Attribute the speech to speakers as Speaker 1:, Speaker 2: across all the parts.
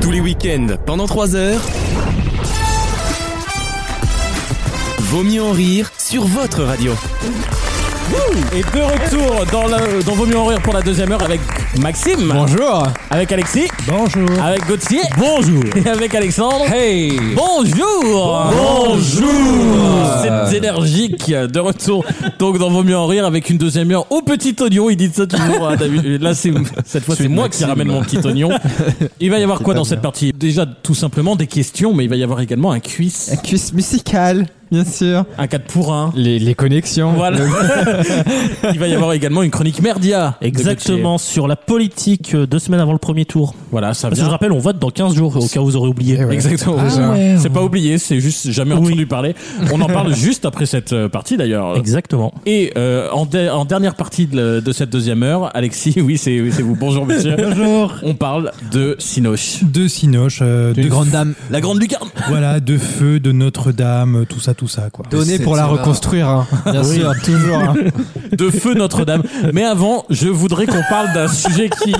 Speaker 1: Tous les week-ends, pendant 3 heures. Vaut mieux en rire sur votre radio.
Speaker 2: Et de retour dans, le, dans Vaut mieux en rire pour la deuxième heure avec Maxime.
Speaker 3: Bonjour.
Speaker 2: Avec Alexis.
Speaker 3: Bonjour.
Speaker 2: Avec Gauthier.
Speaker 3: Bonjour.
Speaker 2: Et avec Alexandre.
Speaker 3: Hey.
Speaker 2: Bonjour
Speaker 3: Bonjour.
Speaker 2: C'est énergique de retour donc dans Vaut mieux en rire avec une deuxième heure au petit oignon. Il dit ça toujours. hein, d'habitude. Là, c'est, cette fois, c'est moi qui ramène mon petit oignon. Il va y avoir quoi dans cette partie Déjà, tout simplement des questions, mais il va y avoir également un quiz,
Speaker 3: La cuisse musicale, bien sûr.
Speaker 2: un 4 pour 1.
Speaker 3: Les, les connexions.
Speaker 2: Voilà. Il va y avoir également une chronique merdia.
Speaker 4: Exactement, sur la politique euh, deux semaines avant le premier tour.
Speaker 2: Voilà, ça
Speaker 4: Parce que je
Speaker 2: vient.
Speaker 4: rappelle, on vote dans 15 jours, au cas où vous aurez oublié.
Speaker 3: Eh ouais.
Speaker 2: Exactement.
Speaker 3: Ah ouais.
Speaker 2: C'est pas oublié, c'est juste jamais entendu parler. On en parle juste après cette euh, partie d'ailleurs.
Speaker 4: Exactement.
Speaker 2: Et euh, en, de- en dernière partie de, la- de cette deuxième heure, Alexis, oui, c'est oui, c'est vous. Bonjour, monsieur.
Speaker 5: Bonjour.
Speaker 2: On parle de Sinoche.
Speaker 5: De Sinoche, euh, de
Speaker 3: Une grande dame.
Speaker 2: La grande lucarne.
Speaker 5: voilà, de feu, de Notre-Dame, euh, tout ça, tout ça, quoi.
Speaker 3: Donnée
Speaker 6: C'est-
Speaker 3: pour la
Speaker 6: ça va.
Speaker 3: reconstruire. hein. Bien sûr, toujours. hein.
Speaker 2: de feu Notre-Dame. Mais avant, je voudrais qu'on parle d'un sujet qui,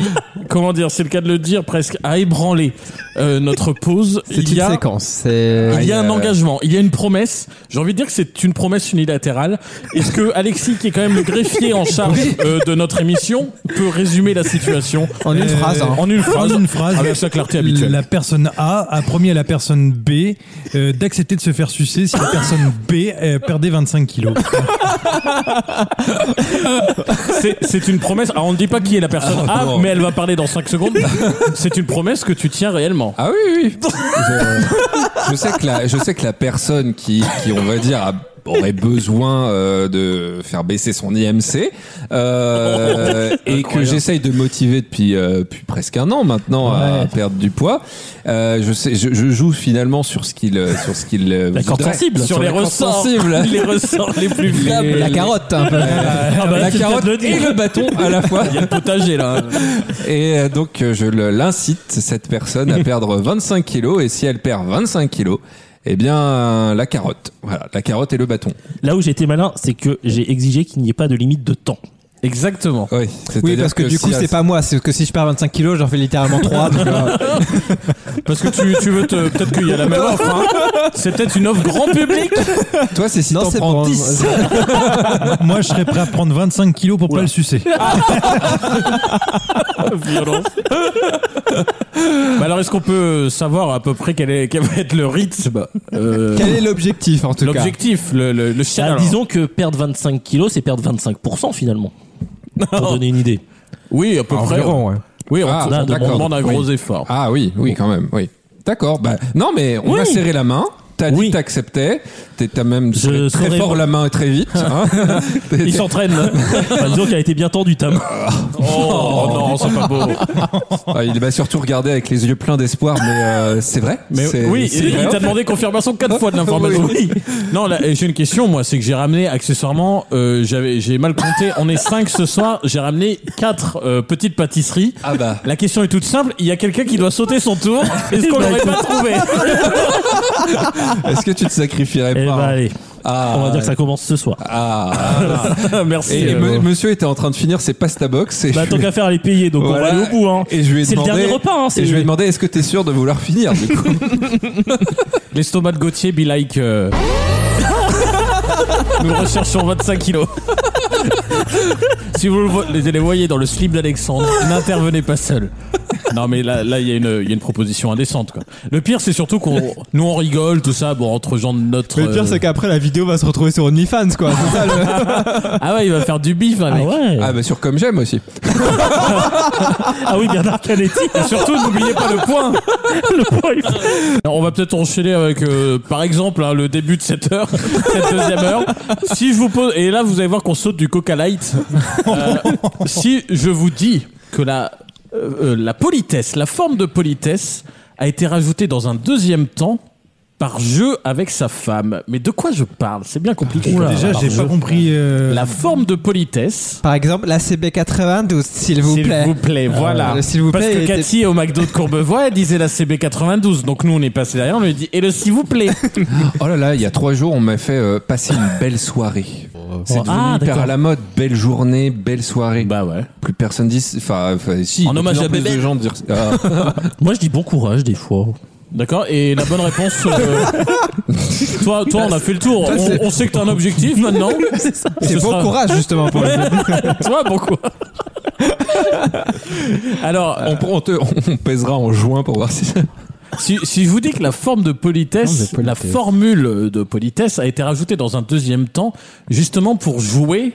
Speaker 2: comment dire, c'est le cas de le dire, presque a ébranlé euh, notre pause.
Speaker 3: C'est
Speaker 2: Il
Speaker 3: une
Speaker 2: y a
Speaker 3: séquence. C'est.
Speaker 2: Il y a
Speaker 6: Aïe,
Speaker 2: un
Speaker 6: euh.
Speaker 2: engagement, il y a une promesse. J'ai envie de dire que c'est une promesse unilatérale. Est-ce que Alexis, qui est quand même le greffier en charge euh, de notre émission, peut résumer la situation
Speaker 3: En une
Speaker 5: Euh,
Speaker 3: phrase. hein.
Speaker 2: en une phrase
Speaker 5: En une phrase.
Speaker 2: Avec sa clarté habituelle.
Speaker 5: La personne A a promis à la personne B euh, d'accepter de se faire sucer si la personne B euh, perdait 25 kilos.
Speaker 2: C'est- C'est une promesse. Alors on ne dit pas qui est la personne
Speaker 6: Ah,
Speaker 2: A,
Speaker 6: bon.
Speaker 2: mais elle va parler dans 5 secondes. C'est une promesse que tu tiens réellement.
Speaker 6: Ah oui, oui. je, je sais que la, je sais que la personne qui, qui on va dire, a- aurait besoin euh, de faire baisser son IMC euh, et que j'essaye de motiver depuis, euh, depuis presque un an maintenant à
Speaker 3: Ouais.
Speaker 6: perdre du poids. Euh, je sais, je, je joue finalement sur ce qu'il euh, sur ce qu'il euh,
Speaker 2: La corde
Speaker 6: voudrait.
Speaker 2: sensible. Sur, les
Speaker 6: la corde
Speaker 2: ressorts.
Speaker 6: sensible.
Speaker 2: Les ressorts les plus fiables.
Speaker 3: La carotte, un peu.
Speaker 2: Ah bah,
Speaker 6: la
Speaker 2: tu viens de
Speaker 6: carotte
Speaker 2: le
Speaker 6: et
Speaker 2: dire.
Speaker 6: le bâton à la fois.
Speaker 2: Il y a le potager là.
Speaker 6: Et euh, donc euh, je le- l'incite cette personne à perdre 25 kilos et si elle perd 25 kilos, eh bien euh, la carotte. Voilà, la carotte et le bâton.
Speaker 4: Là où j'ai été malin, c'est que j'ai exigé qu'il n'y ait pas de limite de temps.
Speaker 2: Exactement.
Speaker 6: Oui,
Speaker 3: Oui, parce que, du coup, c'est pas moi. C'est que si je perds 25 kilos, j'en fais littéralement 3.
Speaker 2: Parce que tu, tu veux te. Peut-être qu'il y a la même offre. hein. C'est peut-être une offre grand public.
Speaker 6: toi c'est si
Speaker 3: Non,
Speaker 6: t'en
Speaker 3: c'est
Speaker 6: prends
Speaker 3: bon.
Speaker 6: 10.
Speaker 5: Moi, je serais prêt à prendre 25 kilos pour pas le sucer.
Speaker 2: Violence. Bah alors, est-ce qu'on peut savoir à peu près quel, est, quel va être le rythme euh,
Speaker 3: Quel est l'objectif, en tout cas
Speaker 2: L'objectif, le, le, le
Speaker 4: Ah,
Speaker 2: challenge
Speaker 4: disons que perdre 25 kilos, c'est perdre 25% finalement. Pour donner une idée.
Speaker 2: Oui, à peu
Speaker 5: Ah,
Speaker 2: près.
Speaker 3: Environ, ouais.
Speaker 2: Oui, on,
Speaker 6: Ah,
Speaker 2: on
Speaker 6: d'accord.
Speaker 2: demande un gros
Speaker 6: Oui.
Speaker 2: effort.
Speaker 6: Ah oui, oui quand même, oui. D'accord. Bah, non mais on
Speaker 2: Oui.
Speaker 6: va serrer la main. T'as dit
Speaker 4: Oui.
Speaker 6: que t'acceptais. T'es- T'as même
Speaker 4: Je
Speaker 6: très
Speaker 4: serai-
Speaker 6: fort la main et très vite. hein. T'es-
Speaker 4: Il s'entraîne. Enfin, disons qu'elle a été bien tendue, Tam.
Speaker 3: Ah,
Speaker 2: Oh, non, c'est pas beau.
Speaker 6: Ah, il m'a surtout regardé avec les yeux pleins d'espoir, mais euh, c'est vrai.
Speaker 2: Mais
Speaker 6: C'est-
Speaker 2: oui,
Speaker 6: c'est
Speaker 2: il il
Speaker 6: vrai.
Speaker 2: t'a demandé confirmation quatre fois de l'information.
Speaker 6: Oui.
Speaker 2: Non, là, j'ai une question, moi, c'est que j'ai ramené accessoirement, euh, j'avais, j'ai mal compté, on est cinq ce soir, j'ai ramené quatre euh, petites pâtisseries.
Speaker 6: Ah bah.
Speaker 2: La question est toute simple, il y a quelqu'un qui doit sauter son tour, est-ce qu'on l'aurait pas trouvé
Speaker 6: Bah, Est-ce que tu te sacrifierais
Speaker 4: Eh
Speaker 2: ben,
Speaker 6: pas
Speaker 4: bah,
Speaker 6: hein
Speaker 4: allez.
Speaker 6: Ah,
Speaker 4: On va dire que ça commence ce soir.
Speaker 6: Ah.
Speaker 2: Merci.
Speaker 6: Et
Speaker 2: euh,
Speaker 6: me- monsieur était en train de finir ses pasta box. Et
Speaker 4: Bah,
Speaker 6: je
Speaker 4: tant
Speaker 6: lui-
Speaker 4: qu'à faire, elle est payée, donc
Speaker 6: Voilà.
Speaker 4: on va aller au bout. Hein.
Speaker 6: Et je lui ai
Speaker 4: C'est le
Speaker 6: demandé.
Speaker 4: dernier repas, hein, c'est-
Speaker 6: et je lui ai demandé est-ce que t'es sûr de vouloir finir du coup
Speaker 2: L'estomac de Gauthier, be like. euh, Nous recherchons 25 kilos. si vous le vo- les les voyez dans le slip d'Alexandre, n'intervenez pas seul. Non mais là, là il y, a une- il y a une proposition indécente. Quoi. Le pire, c'est surtout qu'on, nous on rigole, tout ça, bon entre euh, gens de notre.
Speaker 3: Mais le pire, c'est qu'après, la vidéo va se retrouver sur OnlyFans, quoi. C'est ça, le-
Speaker 2: Ah ouais, il va faire du bif, hein,
Speaker 4: Ah
Speaker 2: mec.
Speaker 4: ouais.
Speaker 6: Ah bah sur comme j'aime aussi.
Speaker 4: Ah oui, Bernard Canetti.
Speaker 2: Et surtout, n'oubliez pas le point.
Speaker 4: le point, il faut-
Speaker 2: Alors, on va peut-être enchaîner avec, euh, par exemple, hein, le début de cette heure, cette deuxième heure. Si je vous pose, et là vous allez voir qu'on saute du Coca Light. Euh, si je vous dis que la, euh, euh, la politesse, la forme de politesse, a été rajoutée dans un deuxième temps par jeu avec sa femme. Mais de quoi je parle C'est bien compliqué.
Speaker 5: Déjà, j'ai pas compris. euh,
Speaker 2: La forme de politesse.
Speaker 3: Par exemple, la CB92, s'il vous
Speaker 2: S'il
Speaker 3: plaît.
Speaker 2: vous plaît, voilà.
Speaker 3: Euh, s'il vous
Speaker 2: Parce
Speaker 3: plaît,
Speaker 2: que
Speaker 3: il était-
Speaker 2: Cathy au McDo de Courbevoie, elle disait la CB92. Donc nous, on est passé derrière, on lui dit, et le s'il vous plaît.
Speaker 6: Oh là là, il y a trois jours, on m'a fait euh, passer une belle soirée. C'est devenu
Speaker 4: Ah,
Speaker 6: hyper
Speaker 4: d'accord.
Speaker 6: à la mode. Belle journée, belle soirée.
Speaker 2: Bah ouais.
Speaker 6: Plus personne dit. Enfin, enfin, si.
Speaker 1: En
Speaker 6: de
Speaker 1: hommage
Speaker 6: plus
Speaker 1: à
Speaker 6: plus
Speaker 1: Bébé.
Speaker 6: de gens dire. Ah.
Speaker 4: Moi, je dis bon courage des fois.
Speaker 2: D'accord, et la bonne réponse. euh, toi, toi, on a fait le tour. On, on sait que t'as un objectif maintenant.
Speaker 4: C'est ça.
Speaker 2: Ce
Speaker 3: C'est bon
Speaker 2: sera-
Speaker 3: courage justement pour le
Speaker 2: Toi, pourquoi Alors, euh,
Speaker 6: On, on te- on pèsera en juin pour voir si. ça-
Speaker 2: si, si je vous dis que la forme de politesse,
Speaker 4: Forme de
Speaker 2: la
Speaker 4: politesse.
Speaker 2: formule de politesse a été rajoutée dans un deuxième temps, justement pour jouer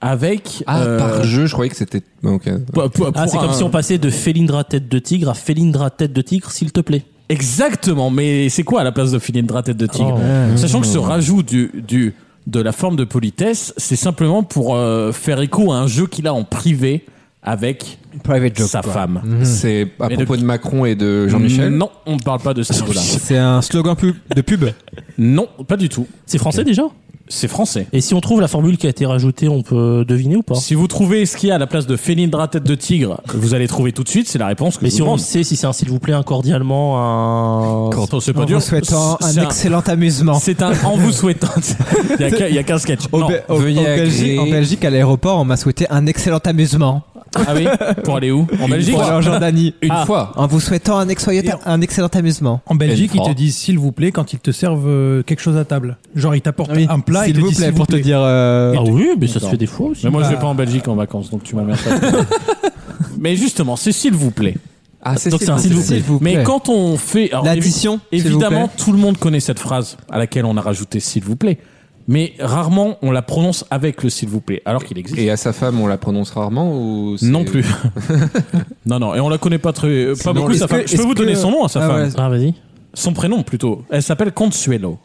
Speaker 2: avec.
Speaker 6: Ah,
Speaker 2: euh,
Speaker 6: par jeu, je croyais que c'était. Ok.
Speaker 2: pour- pour-
Speaker 4: Ah,
Speaker 2: pour
Speaker 4: c'est comme
Speaker 2: un-
Speaker 4: si on passait de Félindra tête de tigre à Félindra tête de tigre, s'il te plaît.
Speaker 2: Exactement, mais c'est quoi à la place de Philindra tête de tigre
Speaker 4: Oh.
Speaker 2: Sachant que ce rajout du, du, de la forme de politesse, c'est simplement pour euh, faire écho à un jeu qu'il a en privé avec
Speaker 3: private Mm.
Speaker 2: sa femme.
Speaker 4: Mhm.
Speaker 6: C'est à
Speaker 2: Mais
Speaker 6: propos
Speaker 2: de-
Speaker 6: de Macron et de Jean-Michel.
Speaker 2: Non, on ne parle pas de ce jeu-là.
Speaker 3: C'est un slogan pub- de pub.
Speaker 2: Non, pas du tout.
Speaker 4: C'est français déjà
Speaker 2: C'est français.
Speaker 4: Et si on trouve la formule qui a été rajoutée, on peut deviner ou pas
Speaker 2: Si vous trouvez ce qu'il y a à la place de Félindra tête de tigre, vous allez trouver tout de suite, c'est la réponse que
Speaker 4: Mais
Speaker 2: je
Speaker 4: si
Speaker 2: vous
Speaker 4: on
Speaker 2: demande.
Speaker 4: sait si c'est un s'il vous plaît, un cordialement, un.
Speaker 2: Attends, c'est
Speaker 3: En
Speaker 2: pas dur.
Speaker 3: vous souhaitant
Speaker 2: C'est
Speaker 3: un excellent amusement.
Speaker 2: C'est un en vous souhaitant. Il y a qu'un- il y a qu'un sketch.
Speaker 3: Au
Speaker 2: Non.
Speaker 3: Be- au- au
Speaker 6: veuillez
Speaker 3: Belgique,
Speaker 6: agréer.
Speaker 3: en Belgique, à l'aéroport, on m'a souhaité un excellent amusement.
Speaker 2: Ah oui Pour aller où En Belgique
Speaker 3: Pour aller en Jordanie.
Speaker 6: Une
Speaker 2: Ah.
Speaker 6: fois.
Speaker 3: En vous souhaitant un, exoyota- un excellent amusement.
Speaker 5: En Belgique, ils
Speaker 6: Enfant.
Speaker 5: te disent s'il vous plaît quand ils te servent euh, quelque chose à table. Genre, ils t'apportent
Speaker 3: Oui.
Speaker 5: Ah un plat et ils
Speaker 3: S'il
Speaker 5: te
Speaker 3: vous
Speaker 5: disent
Speaker 3: plaît, pour te dire. euh,
Speaker 4: Ah oui, mais ça se fait des fois aussi.
Speaker 2: Mais moi, je vais pas en Belgique en vacances, donc tu m'amènes pas. Mais justement, c'est s'il vous plaît.
Speaker 6: Ah, c'est
Speaker 4: Donc c'est un s'il vous plaît.
Speaker 3: S'il vous plaît.
Speaker 2: Mais quand on fait. alors,
Speaker 3: L'addition,
Speaker 2: évi-
Speaker 3: s'il vous plaît.
Speaker 2: Évidemment, tout le monde connaît cette phrase à laquelle on a rajouté s'il vous plaît. Mais rarement, on la prononce avec le s'il vous plaît, alors qu'il existe.
Speaker 3: euh,
Speaker 2: euh,
Speaker 6: Et à sa femme, on la prononce rarement ou c'est-
Speaker 2: Non plus. non, non, et on la connaît pas très, pas
Speaker 3: Sinon,
Speaker 2: beaucoup sa
Speaker 3: est-ce
Speaker 2: femme.
Speaker 3: que-
Speaker 2: Je peux
Speaker 3: est-ce
Speaker 2: vous donner
Speaker 3: que-
Speaker 2: son nom à sa
Speaker 3: Ah,
Speaker 2: femme,
Speaker 3: ouais.
Speaker 4: Ah, vas-y.
Speaker 2: son prénom plutôt. Elle s'appelle Consuelo.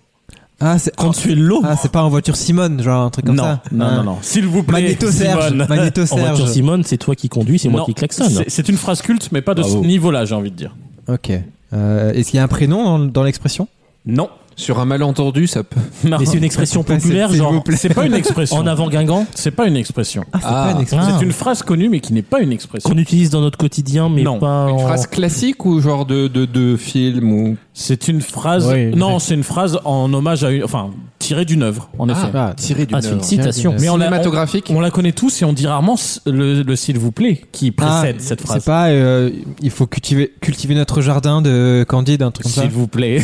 Speaker 3: Ah, c'est.
Speaker 4: Consuelo
Speaker 3: Ah, c'est pas en voiture Simone, genre un truc comme
Speaker 2: non,
Speaker 3: ça. Ah.
Speaker 2: non, non, non. S'il vous plaît,
Speaker 3: Magneto Serge.
Speaker 2: Simone.
Speaker 3: Magneto
Speaker 4: En voiture,
Speaker 3: Serge.
Speaker 4: Simone, c'est toi qui conduis, c'est moi
Speaker 2: Non,
Speaker 4: qui klaxonne. hein.
Speaker 2: c'est- C'est une phrase culte, mais pas de
Speaker 4: Bravo.
Speaker 2: ce niveau-là, j'ai envie de dire.
Speaker 3: Ok. Euh, Est-ce qu'il y a un prénom dans, dans l'expression
Speaker 2: Non.
Speaker 6: Sur un malentendu, ça peut.
Speaker 2: Non.
Speaker 4: Mais c'est une expression populaire,
Speaker 3: S'il vous
Speaker 4: genre.
Speaker 3: plaît.
Speaker 2: C'est pas une expression.
Speaker 4: En avant Guingamp
Speaker 2: C'est pas une expression.
Speaker 3: Ah, c'est
Speaker 6: Ah.
Speaker 3: pas une expression.
Speaker 4: Ah.
Speaker 2: C'est une phrase connue, mais qui n'est pas une expression.
Speaker 4: qu'on utilise dans notre quotidien, mais
Speaker 2: Non.
Speaker 4: pas
Speaker 6: Une
Speaker 4: en...
Speaker 6: phrase classique ou genre de, de, de film ou.
Speaker 2: C'est une phrase.
Speaker 3: Oui,
Speaker 2: non, c'est une phrase en hommage à une. Enfin, tirée d'une œuvre, en effet.
Speaker 3: Ah,
Speaker 6: tiré du
Speaker 4: Ah, c'est une citation.
Speaker 2: Mais on la-
Speaker 6: Cinématographique.
Speaker 2: On la connaît tous et on dit rarement s- le, le s'il vous plaît qui précède
Speaker 3: Ah,
Speaker 2: cette phrase.
Speaker 3: C'est pas. euh, il faut cultiver, cultiver notre jardin de Candide, un truc comme ça.
Speaker 2: S'il vous plaît.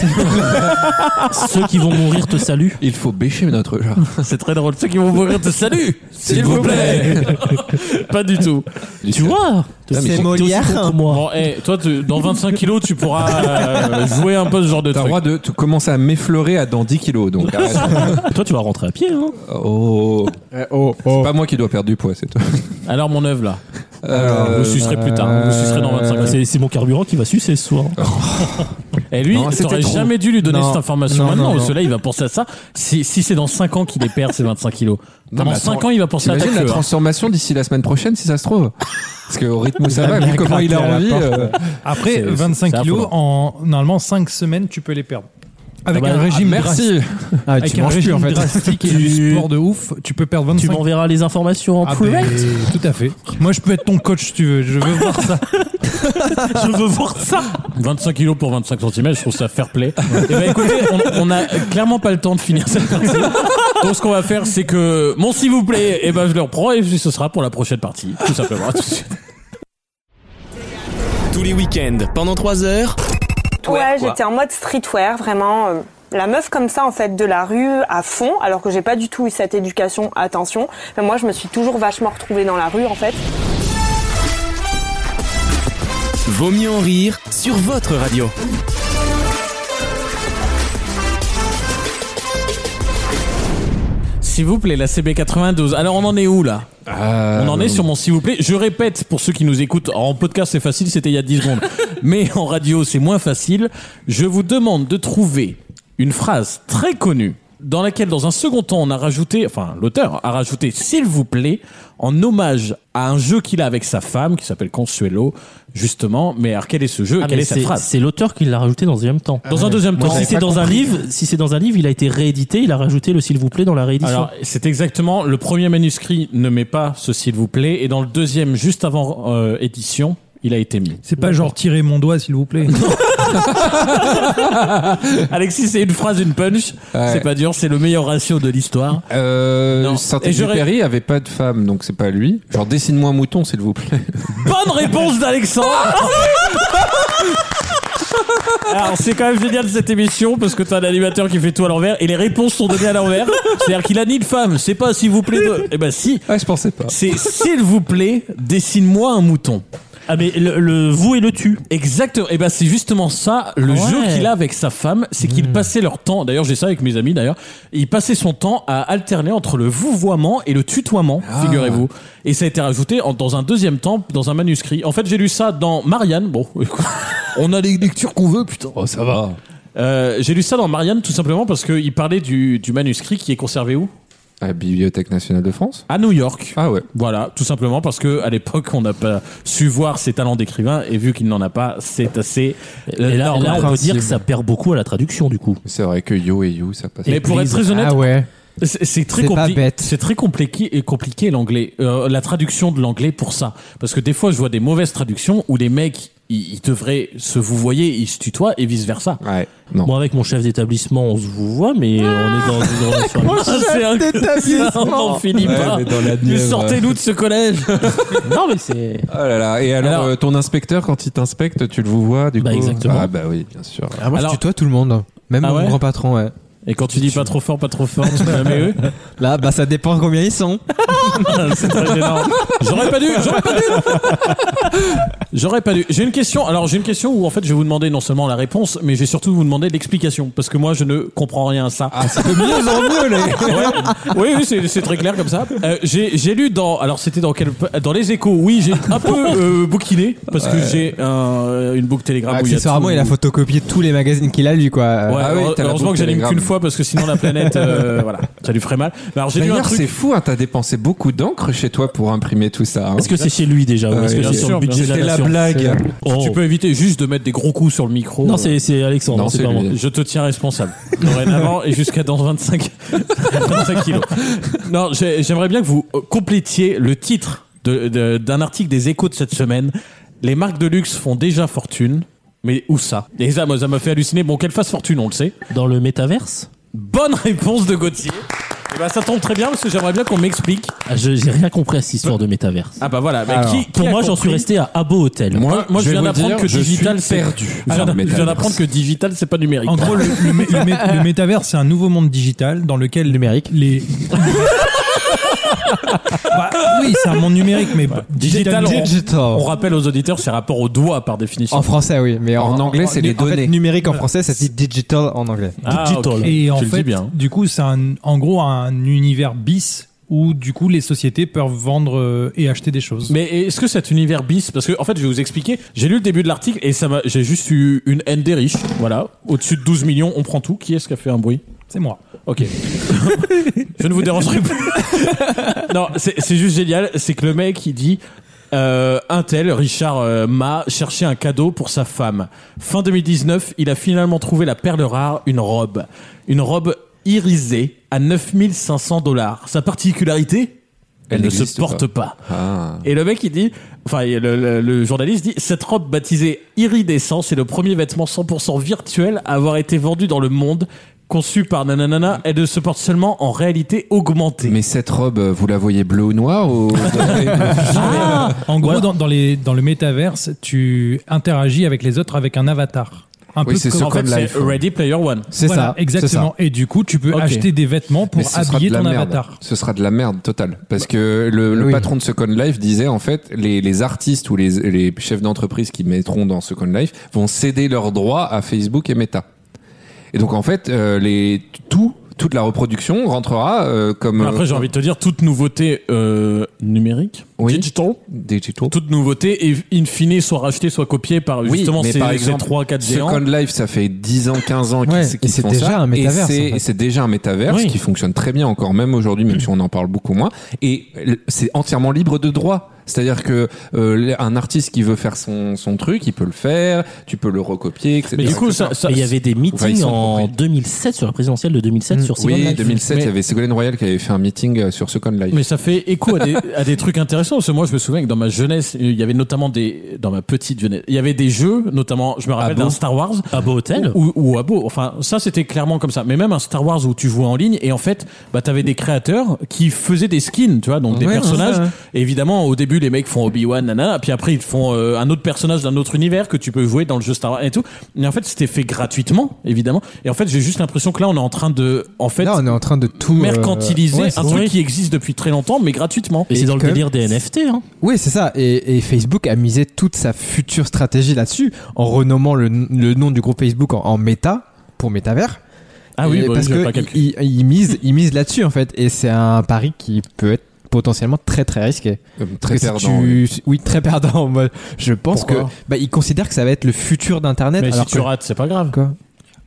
Speaker 4: Ceux qui vont mourir te saluent.
Speaker 6: Il faut bêcher notre genre.
Speaker 2: c'est très drôle. Ceux qui vont mourir te salut S'il vous plaît. pas du tout.
Speaker 4: Tu vois
Speaker 6: mais
Speaker 4: T'es
Speaker 6: c'est
Speaker 4: aussi
Speaker 3: Molière.
Speaker 4: con que moi.
Speaker 2: Bon, eh, toi, tu- dans 25 kilos, tu pourras euh, jouer un peu ce genre de
Speaker 6: T'as le
Speaker 2: truc.
Speaker 6: droit de tu commencer à m'effleurer à dans 10 kilos. Donc arrête.
Speaker 4: Toi, tu vas rentrer à pied. Hein.
Speaker 6: oh. C'est pas moi qui dois perdre du poids, c'est toi.
Speaker 2: Alors, mon œuvre, là.
Speaker 6: Euh,
Speaker 2: vous sucerez plus tard. Vous sucerez dans 25
Speaker 4: C'est c'est mon carburant qui va sucer ce soir.
Speaker 2: Et lui,
Speaker 6: Non, c'était
Speaker 2: t'aurais
Speaker 6: trop.
Speaker 2: jamais dû lui donner
Speaker 3: Non.
Speaker 2: cette information
Speaker 3: Non,
Speaker 2: maintenant.
Speaker 3: non, non.
Speaker 2: Cela, il va penser à ça. Si, si c'est dans 5 ans qu'il les perd, ces 25 kilos.
Speaker 6: Non,
Speaker 2: Pendant
Speaker 6: mais attends,
Speaker 2: 5 ans, il va penser à ta
Speaker 6: T'imagines la
Speaker 2: queue. hein.
Speaker 6: transformation d'ici la semaine prochaine, si ça se trouve Parce qu'au rythme où ça va, vu comment il a
Speaker 5: gratter à la
Speaker 6: envie. euh,
Speaker 5: Après
Speaker 2: C'est- c'est-
Speaker 5: 25
Speaker 2: c'est
Speaker 5: kilos,
Speaker 2: affolant.
Speaker 5: en normalement 5 semaines, tu peux les perdre. Avec
Speaker 4: Ah bah,
Speaker 5: un
Speaker 6: ah,
Speaker 5: régime drastique,
Speaker 6: merci
Speaker 3: Ah,
Speaker 5: avec un régime drastique et
Speaker 4: Tu-
Speaker 5: du sport de ouf, tu peux perdre
Speaker 4: Tu
Speaker 5: 25
Speaker 4: m'enverras les informations en
Speaker 5: Ah ben,
Speaker 4: private.
Speaker 5: tout à fait. Moi, je peux être ton coach si tu veux. Je veux voir ça.
Speaker 4: Je veux voir ça.
Speaker 2: 25 kilos pour 25 cm, je trouve ça fair play. Et ben écoutez, on, on a clairement pas le temps de finir cette partie. Donc ce qu'on va faire, c'est que mon s'il vous plaît, et ben je le reprends et ce sera pour la prochaine partie, tout simplement. À tout de suite.
Speaker 1: Tous les week-ends, pendant 3 heures.
Speaker 7: Ouais, j'étais en mode streetwear, vraiment. euh, La meuf comme ça, en fait, de la rue à fond, alors que j'ai pas du tout eu cette éducation, attention. Mais moi, je me suis toujours vachement retrouvée dans la rue, en fait.
Speaker 1: Vaut mieux en rire sur votre radio.
Speaker 2: S'il vous plaît, la CB92. Alors on en est où là
Speaker 4: Euh,
Speaker 6: Ah,
Speaker 2: On en est sur mon s'il vous plaît. Je répète pour ceux qui nous écoutent, en podcast c'est facile, c'était il y a 10 secondes. Mais en radio c'est moins facile. Je vous demande de trouver une phrase très connue dans laquelle dans un second temps on a rajouté, enfin l'auteur a rajouté s'il vous plaît en hommage à un jeu qu'il a avec sa femme qui s'appelle Consuelo justement. Mais alors quel est ce jeu et
Speaker 4: Ah,
Speaker 2: Quelle
Speaker 4: mais
Speaker 2: est cette
Speaker 4: c'est
Speaker 2: phrase
Speaker 4: c'est l'auteur qui l'a rajouté dans un deuxième temps.
Speaker 2: Dans un deuxième temps.
Speaker 4: si c'est
Speaker 2: pas
Speaker 4: dans un
Speaker 2: compris.
Speaker 4: livre, si c'est dans un livre, il a été réédité, il a rajouté le s'il vous plaît dans la réédition.
Speaker 2: Alors, c'est exactement le premier manuscrit ne met pas ce s'il vous plaît et dans le deuxième juste avant euh, édition, il a été mis.
Speaker 5: C'est pas genre tirer mon doigt, s'il vous plaît.
Speaker 2: Alexis, c'est une phrase, une punch.
Speaker 6: Ouais.
Speaker 2: C'est pas dur, c'est le meilleur ratio de l'histoire. Non.
Speaker 6: Euh,
Speaker 2: Et j'aurais-
Speaker 6: Saint-Exupéry avait pas de femme, donc c'est pas lui. Genre, dessine-moi un mouton, s'il vous plaît.
Speaker 2: Bonne réponse d'Alexandre Alors c'est quand même génial cette émission parce que t'as un animateur qui fait tout à l'envers et les réponses sont données à l'envers. C'est-à-dire qu'il a ni de femme, c'est pas s'il vous plaît. De... Eh ben si,
Speaker 6: Ah, je pensais pas.
Speaker 2: c'est s'il vous plaît, dessine-moi un mouton.
Speaker 4: Ah, mais le, le vous et le tu. Ah
Speaker 2: Exactement. Et ben c'est justement ça le
Speaker 4: Ouais. Hmm.
Speaker 2: jeu qu'il a avec sa femme, c'est qu'il passait leur temps. D'ailleurs j'ai ça avec mes amis d'ailleurs. Il passait son temps à alterner entre le vouvoiement et le tutoiement,
Speaker 4: Ah.
Speaker 2: figurez-vous. Et ça a été rajouté en- dans un deuxième temps dans un manuscrit. En fait j'ai lu ça dans Marianne. Bon, écoute, on a les lectures qu'on veut putain.
Speaker 6: Oh, ça va.
Speaker 2: Euh, j'ai lu ça dans Marianne tout simplement parce qu'il parlait du, du manuscrit qui est conservé où
Speaker 6: À la Bibliothèque nationale de France
Speaker 2: À New York.
Speaker 6: Ah ouais.
Speaker 2: Voilà, tout simplement parce que à l'époque on n'a pas su voir ses talents d'écrivain et vu qu'il n'en a pas, c'est assez.
Speaker 4: Et
Speaker 2: normal.
Speaker 4: là, là, on peut dire
Speaker 3: Incompréhensible.
Speaker 4: que ça perd beaucoup à la traduction, du coup.
Speaker 6: C'est vrai que yo et you, ça passe.
Speaker 2: Mais pour être très honnête,
Speaker 3: Ah ouais.
Speaker 2: c'est c'est très
Speaker 3: C'est pas
Speaker 2: compliqué.
Speaker 3: bête.
Speaker 2: C'est très compliqué et compliqué l'anglais, Euh, la traduction de l'anglais pour ça, parce que des fois je vois des mauvaises traductions où les mecs ils, ils devraient se vous voyez, ils se tutoient et vice versa.
Speaker 6: Ouais. Non.
Speaker 4: Moi, avec mon chef d'établissement, on se vous voit, mais on est dans une relation. amicale.
Speaker 2: C'est un-
Speaker 3: d'établissement.
Speaker 2: Non, on finit
Speaker 6: Ouais,
Speaker 2: pas.
Speaker 6: mais dans la
Speaker 2: Mais
Speaker 6: Nièvre.
Speaker 2: sortez-nous de ce collège.
Speaker 4: non, mais c'est.
Speaker 6: Oh là là. Et alors,
Speaker 2: Alors-
Speaker 6: euh, ton inspecteur, quand il t'inspecte, tu le vous vois, du
Speaker 4: Bah,
Speaker 6: coup
Speaker 4: exactement.
Speaker 6: Ah, bah oui, bien sûr.
Speaker 3: Ah, moi,
Speaker 2: Alors-
Speaker 3: je tutoie tout le monde. Même
Speaker 2: Ah
Speaker 3: mon
Speaker 2: ouais
Speaker 3: grand patron, ouais.
Speaker 2: Et quand tu dis pas trop fort, pas trop fort, tu la mets eux.
Speaker 3: Là, bah, ça dépend combien ils sont.
Speaker 2: C'est très gênant. J'aurais pas dû, j'aurais pas dû. J'aurais pas dû. J'ai une question. Alors j'ai une question où en fait je vais vous demander non seulement la réponse, mais j'ai surtout vous demander l'explication parce que moi je ne comprends rien à ça.
Speaker 6: Ah, c'est de mieux en mieux, les
Speaker 2: Oui, oui, c'est c'est très clair comme ça. Euh, j'ai j'ai lu dans, alors c'était dans quel, dans les échos. Oui, j'ai un peu euh, bouquiné parce que j'ai un- une boucle Telegram. où il y a
Speaker 3: Accessoirement,
Speaker 2: tout-
Speaker 3: il a photocopié tous les magazines qu'il a lu, quoi. Euh,
Speaker 2: Ouais,
Speaker 6: Ah oui,
Speaker 2: heure-
Speaker 6: t'as la
Speaker 2: heureusement que
Speaker 6: boucle
Speaker 2: j'anime
Speaker 6: Telegram.
Speaker 2: qu'une fois parce que sinon la planète, euh, voilà, ça lui ferait mal. Mais Alors j'ai lu un
Speaker 6: D'ailleurs,
Speaker 2: truc.
Speaker 6: c'est fou, hein, t'as dépensé beaucoup d'encre chez toi pour imprimer tout ça. hein.
Speaker 4: Est-ce que c'est chez lui déjà ou
Speaker 6: Ah
Speaker 4: Est-ce
Speaker 6: oui,
Speaker 4: que
Speaker 6: bien
Speaker 4: c'est sur
Speaker 2: sûr,
Speaker 4: le budget de la
Speaker 6: C'était la
Speaker 4: nation
Speaker 3: Euh,
Speaker 6: blague.
Speaker 4: Oh.
Speaker 2: Tu peux éviter juste de mettre des gros coups sur le micro.
Speaker 4: Non,
Speaker 2: euh,
Speaker 4: c'est c'est Alexandre,
Speaker 6: Non,
Speaker 4: c'est
Speaker 6: c'est
Speaker 4: pas
Speaker 6: lui.
Speaker 4: moi.
Speaker 2: Je te tiens responsable. Dorénavant et jusqu'à dans 25, 25 kilos. Non, j'ai- j'aimerais bien que vous euh, complétiez le titre de- de- d'un article des échos de cette semaine. Les marques de luxe font déjà fortune. Mais où ça Et ça, moi, ça m'a fait halluciner. Bon, qu'elles fassent fortune, on le sait.
Speaker 4: Dans le métaverse
Speaker 2: Bonne réponse de Gauthier. Et ben, ça tombe très bien parce que j'aimerais bien qu'on m'explique.
Speaker 4: Ah, je- J'ai rien compris à cette histoire de métaverse.
Speaker 2: Ah bah voilà. bah,
Speaker 6: Alors,
Speaker 2: qui- qui
Speaker 4: Pour
Speaker 2: a
Speaker 4: moi, j'en suis
Speaker 2: compris
Speaker 4: resté à Abo Hotel.
Speaker 2: Moi, moi, je
Speaker 6: vais
Speaker 2: viens
Speaker 6: vous
Speaker 2: d'apprendre
Speaker 6: dire,
Speaker 2: que
Speaker 6: je
Speaker 2: digital,
Speaker 6: suis
Speaker 2: c'est
Speaker 6: perdu.
Speaker 2: Ah,
Speaker 6: dans le
Speaker 2: je viens
Speaker 6: métaverse.
Speaker 2: d'apprendre que digital, c'est pas numérique.
Speaker 5: En gros, le, le, mé- le mé- le métaverse, c'est un nouveau monde digital dans lequel.
Speaker 4: Numérique.
Speaker 5: Les. Bah, oui, c'est un monde numérique, mais.
Speaker 2: Digital, on-
Speaker 3: Digital.
Speaker 2: On rappelle aux auditeurs, c'est rapport au doigt par définition.
Speaker 3: En français, oui. Mais
Speaker 6: En anglais, c'est les
Speaker 3: en fait,
Speaker 6: données.
Speaker 3: numérique en français, ça se dit digital en anglais.
Speaker 2: Ah,
Speaker 4: digital.
Speaker 2: ok.
Speaker 5: Et en
Speaker 2: tu le
Speaker 5: fait,
Speaker 2: dis bien. hein.
Speaker 5: du coup, c'est un- en gros un univers bis où, du coup, les sociétés peuvent vendre euh, et acheter des choses.
Speaker 2: Mais est-ce que cet univers bis Parce que en fait, je vais vous expliquer. J'ai lu le début de l'article et ça m'a. J'ai juste eu une haine des riches. Voilà. Au-dessus de 12 millions, on prend tout. Qui est-ce qui a fait un bruit
Speaker 5: C'est moi.
Speaker 2: Ok. je ne vous dérangerai plus. non, c'est c'est juste génial. C'est que le mec, il dit. euh, un tel, Richard euh, Ma, cherchait un cadeau pour sa femme. Fin 2019, il a finalement trouvé la perle rare, une robe. Une robe irisée à 9500 dollars. Sa particularité Elle,
Speaker 6: Elle
Speaker 2: ne se
Speaker 6: n'existe
Speaker 2: porte pas.
Speaker 6: Ah.
Speaker 2: Et le mec, il dit, enfin, le, le- le journaliste dit, cette robe baptisée Iridescence est le premier vêtement 100% virtuel à avoir été vendu dans le monde. Conçu par Nananana, elle ne se porte seulement en réalité augmentée.
Speaker 6: Mais cette robe, euh, vous la voyez bleue ou noire ou...
Speaker 2: Ah
Speaker 5: En gros, dans, dans les, dans le métaverse, tu interagis avec les autres avec un avatar. Un
Speaker 6: Oui, c'est
Speaker 5: comme-
Speaker 6: ce
Speaker 2: en fait,
Speaker 6: comme
Speaker 2: c'est
Speaker 6: l'iPhone.
Speaker 2: Ready Player One.
Speaker 3: C'est
Speaker 5: Voilà,
Speaker 3: ça. c'est
Speaker 5: Exactement.
Speaker 3: ça.
Speaker 5: Et du coup, tu peux
Speaker 2: Ok.
Speaker 5: acheter des vêtements pour
Speaker 6: Mais ce sera
Speaker 5: habiller
Speaker 6: de la
Speaker 5: ton
Speaker 6: merde.
Speaker 5: avatar.
Speaker 6: Ce sera de la merde totale. Parce que le, le
Speaker 3: Oui.
Speaker 6: patron de Second Life disait, en fait, les, les artistes ou les, les chefs d'entreprise qui mettront dans Second Life vont céder leurs droits à Facebook et Meta. Et donc, en fait, euh, les, tout, toute la reproduction rentrera euh, comme...
Speaker 2: Après, j'ai envie de te dire, toute nouveauté euh, numérique,
Speaker 6: Oui.
Speaker 2: digital,
Speaker 6: Digital.
Speaker 2: toute nouveauté, et in fine, soit rachetée, soit copiée par
Speaker 6: Oui,
Speaker 2: justement
Speaker 6: mais
Speaker 2: ces,
Speaker 6: par
Speaker 2: ces
Speaker 6: exemple,
Speaker 2: trois, quatre géants.
Speaker 6: Second Life, ça fait 10 ans, 15 ans qu'ils
Speaker 3: Ouais,
Speaker 6: qu'ils
Speaker 3: et c'est
Speaker 6: font
Speaker 3: déjà
Speaker 6: ça.
Speaker 3: un métaverse,
Speaker 6: Et c'est-
Speaker 3: en fait. Mm.
Speaker 6: et c'est déjà un métaverse qui fonctionne très bien encore, même aujourd'hui, même si on en parle beaucoup moins. Et le- c'est entièrement libre de droit. C'est-à-dire que euh, un artiste qui veut faire son, son truc, il peut le faire, tu peux le recopier, etc.
Speaker 2: Mais du coup, ça, ça-
Speaker 4: Et Il y avait des
Speaker 6: Enfin, ils
Speaker 4: meetings
Speaker 6: sont
Speaker 4: en
Speaker 6: compris.
Speaker 4: 2007 sur la présidentielle de
Speaker 2: Mm,
Speaker 4: 2007 sur Second
Speaker 6: oui,
Speaker 4: Life.
Speaker 6: 2007, il y avait Ségolène Royal qui avait fait un meeting euh, sur Second Life.
Speaker 2: Mais ça fait écho à des, à des trucs intéressants. Parce que moi, je me souviens que dans ma jeunesse, il y avait notamment des, dans ma petite jeunesse, il y avait des jeux, notamment, je me rappelle
Speaker 4: Abo.
Speaker 2: d'un Star Wars.
Speaker 4: Abo Hotel.
Speaker 2: Ou, ou Abo. Enfin, ça, c'était clairement comme ça. Mais même un Star Wars où tu jouais en ligne et en fait, bah, t'avais des créateurs qui faisaient des skins, tu vois, donc des
Speaker 3: Ouais,
Speaker 2: personnages.
Speaker 3: c'est ça, ouais.
Speaker 2: Et évidemment, au début, les mecs font Obi-Wan, nanana, puis après, ils font euh, un autre personnage d'un autre univers que tu peux jouer dans le jeu Star Wars et tout. Mais en fait, c'était fait gratuitement, évidemment. Et en fait, j'ai juste l'impression que là, on est en train de, en fait,
Speaker 3: Là, on est en train de tout. euh,
Speaker 2: mercantiliser
Speaker 3: ouais,
Speaker 2: un
Speaker 3: c'est-
Speaker 2: truc qui existe depuis très longtemps, mais gratuitement.
Speaker 4: Et c'est dans le
Speaker 3: comme-
Speaker 4: délire des NFT. Hein.
Speaker 3: Oui, c'est ça. Et, et Facebook a misé toute sa future stratégie là-dessus en renommant le, le nom du groupe Facebook en, en Meta pour métavers.
Speaker 2: Ah oui,
Speaker 3: Et
Speaker 2: bah,
Speaker 3: parce
Speaker 2: j'ai
Speaker 3: que
Speaker 2: pas calculé.
Speaker 3: ils il misent il mise là-dessus en fait. Et c'est un pari qui peut être potentiellement très très risqué.
Speaker 6: Euh, Très
Speaker 3: Parce que si
Speaker 6: perdant. oui.
Speaker 3: tu- oui, très perdant. Moi, je pense
Speaker 6: Pourquoi
Speaker 3: que bah, ils considèrent que ça va être le futur d'Internet.
Speaker 2: Mais si
Speaker 3: alors
Speaker 2: tu
Speaker 3: que-
Speaker 2: rates, c'est pas grave.
Speaker 3: quoi